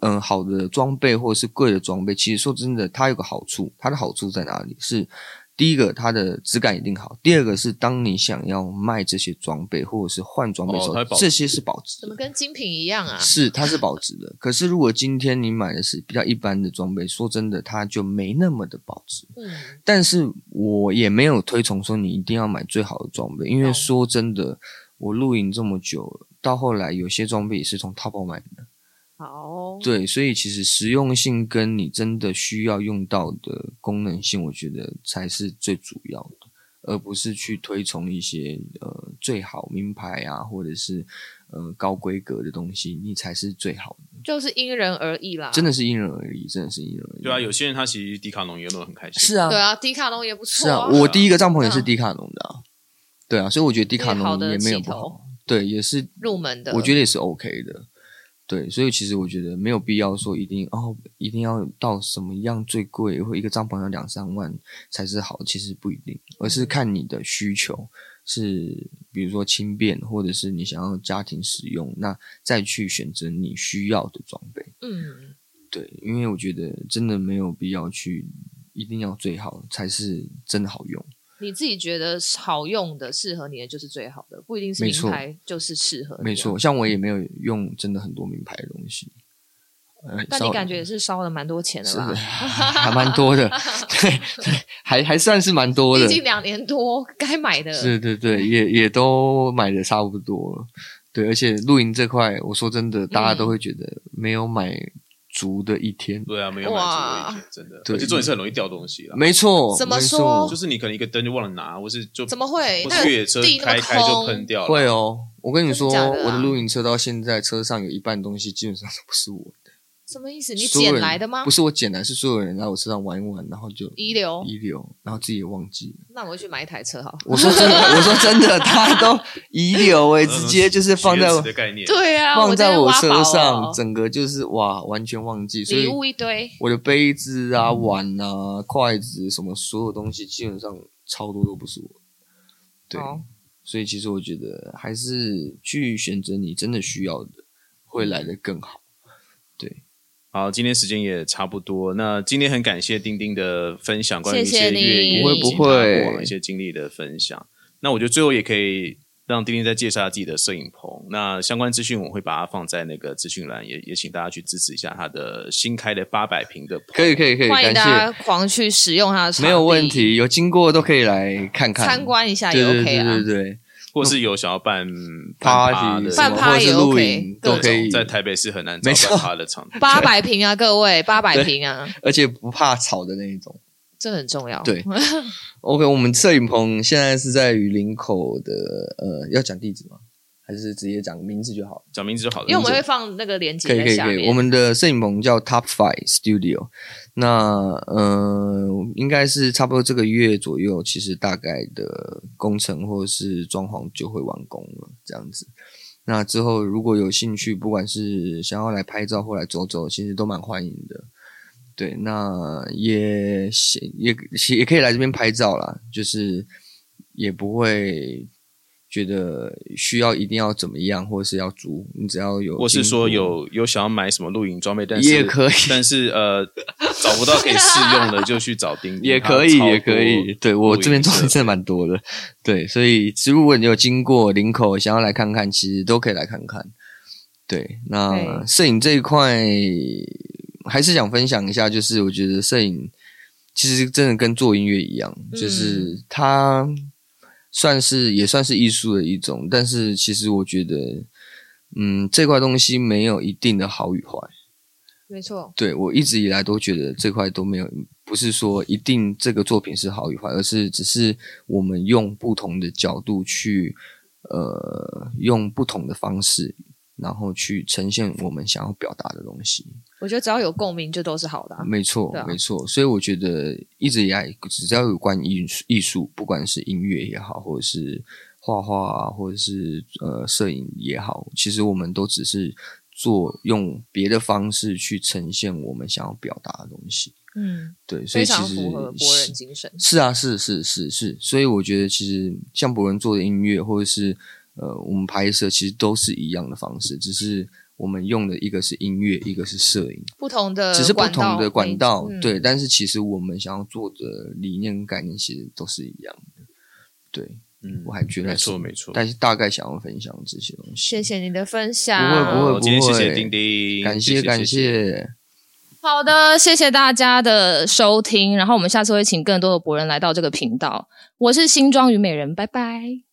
嗯、好的装备或者是贵的装备，其实说真的，它有个好处，它的好处在哪里？是第一个，它的质感一定好；第二个是，当你想要卖这些装备或者是换装备的时
哦
候，
它会保值
这些是保值
怎
的
么。跟精品一 样啊？
是，它是保值的。可是如果今天你买的是比较一般的装备，说真的，它就没那么的保值。
嗯，
但是我也没有推崇说你一定要买最好的装备，因为
懂
说真的，我露营这么久了，到后来有些装备也是从淘宝买的。
好哦，
对，所以其实实用性跟你真的需要用到的功能性，我觉得才是最主要的，而不是去推崇一些呃最好名牌啊，或者是呃高规格的东西，你才是最好的。
就是因人而异啦。
真的是因人而异，真的是因人而异。
对啊，有些人他其实迪卡侬也弄得很开心。
是啊，
对啊，迪卡侬也不错、嗯
是啊，我第一个帐篷也是迪卡侬的啊，对啊，所以我觉得迪卡
因为好
侬
的
也没有不
气
好，对，也是
入门的，
我觉得也是 OK 的，对，所以其实我觉得没有必要说一定哦，一定要到什么样最贵，或一个帐篷要两三万才是好，其实不一定，而
嗯
是看你的需求是，比如说轻便，或者是你想要家庭使用，那再去选择你需要的装备。
嗯，
对，因为我觉得真的没有必要去一定要最好才是真的好用。
你自己觉得好用的、适合你的就是最好的，不一定是
没错
名牌就是适合你。啊
没错，，像我
嗯
也没有用真的很多名牌的东西，呃，
但
稍
你
微
感觉也是烧了蛮多钱的
是
吧
的，？ 还蛮多的，对对，还还算是蛮多
毕
的，
竟两年多，该买的
是，对 对，也也都买的差不多了，对，而且露营这块，我说真的，大家
嗯
都会觉得没有买足的一天，
对啊，没有买足的一天，真的，
对嗯
而且重点是很容易掉东西啦。
没错，
怎么
没
说
错
就是你可能一个灯就忘了拿，或是就
怎么会？
或
那
是越野车
地那
开
么
开就
空，
喷掉了。
会哦。我跟你说，
真的假的啊
我的露营车到现在车上有一半东西基本上都不是我的，
什么意思？你
所有
捡
人
来的吗哦
不？是我捡来，是所有人来我车上玩一玩，然后就
遗留？
遗留，然后自己也忘记了。
那我去买一台车好了。
我说 真的，我说真的，他都遗留 哎、
嗯
直接就是放在
许愿
我
池的概念，
对啊，
放在
我
我
真的挖宝
车上，
哦
整个就是哇，完全忘记。所以
礼物一堆，
我的杯子啊、碗啊、筷子什么，所有东西基本上超多都不是我的。对，
哦
所以其实我觉得还是去选择你真的需要的，会来的更好。
好，今天时间也差不多。那今天很感谢丁丁的分享，关于一
谢谢
些
你
越野
不会
以及
不会
他过往一些经历的分享。那我觉得最后也可以让丁丁再介绍自己的摄影棚。那相关资讯我会把它放在那个资讯栏，也也请大家去支持一下他的新开的八百平的棚。
可以，可以，可以，
欢迎大家
感
狂去使用它的场
谢，
地
没有问，题，有经过都可以来看看
参。观一下也
对对
OK
对对
啊。
对
或是有想要办办趴
party
的
什
办
么，
趴
或者
也
是露
OK，
营
各
都
种
可以，
在台北是很难找
没错
到趴的场地。
八百平啊，各位，八百平啊，
而且不怕吵的那一种。
这很重要。
对 OK，我们摄影棚现在是在于林口的，呃，要讲地址吗？还是直接讲名字就好？
讲名字就好了。
因为我们会放那个链接
可以可
在
以
下
可以，我
面。
们的摄影棚叫 Top Five Studio，那呃，应该是差不多这个月左右，其实大概的工程或是装潢就会完工了，这样子。那之后如果有兴趣，不管是想要来拍照或来走走，其实都蛮欢迎的。对，那也也也可以来这边拍照啦，就是也不会觉得需要一定要怎么样，或是要租，你只要有经过，
或是说有有想要买什么露营装备，但是
也可以，
但是呃找不到可以试用的，就去找丁丁，
也可以，
他超多
也可以。对我这边装备真的蛮多的，对，所以如果你有经过林口，想要来看看，其实都可以来看看。对，那
对
摄影这一块还是想分享一下，就是我觉得摄影其实真的跟做音乐一样，
嗯
就是它算是也算是艺术的一种，但是其实我觉得，嗯，这块东西没有一定的好与坏。
没错，
对我一直以来都觉得这块都没有，不是说一定这个作品是好与坏，而是只是我们用不同的角度去，呃，用不同的方式，然后去呈现我们想要表达的东西。
我觉得只要有共鸣就都是好的啊。
没错，
对啊
没错。所以我觉得一直以来，只要有关艺术，艺术，不管是音乐也好，或者是画画啊，或者是呃摄影也好，其实我们都只是做用别的方式去呈现我们想要表达的东西。
嗯，
对，所
非
以其
常
实
符合博人精神。
是啊，是是是是，所以我觉得其实像博文做的音乐，或者是呃，我们拍摄其实都是一样的方式，只是我们用的一个是音乐，一个是摄影，
不同的
只是不同的管
呃媒
道。
嗯
对，但是其实我们想要做的理念跟概念其实都是一样的。对，
嗯
我还觉得
没错
是
没错。
但是大概想要分享这些东西。
谢谢你的分享，
不会不会
好今天谢谢丁丁，
感
谢
谢感谢。
好的，谢谢大家的收听，然后我们下次会请更多的博人来到这个频道。我是新装与美人，拜拜。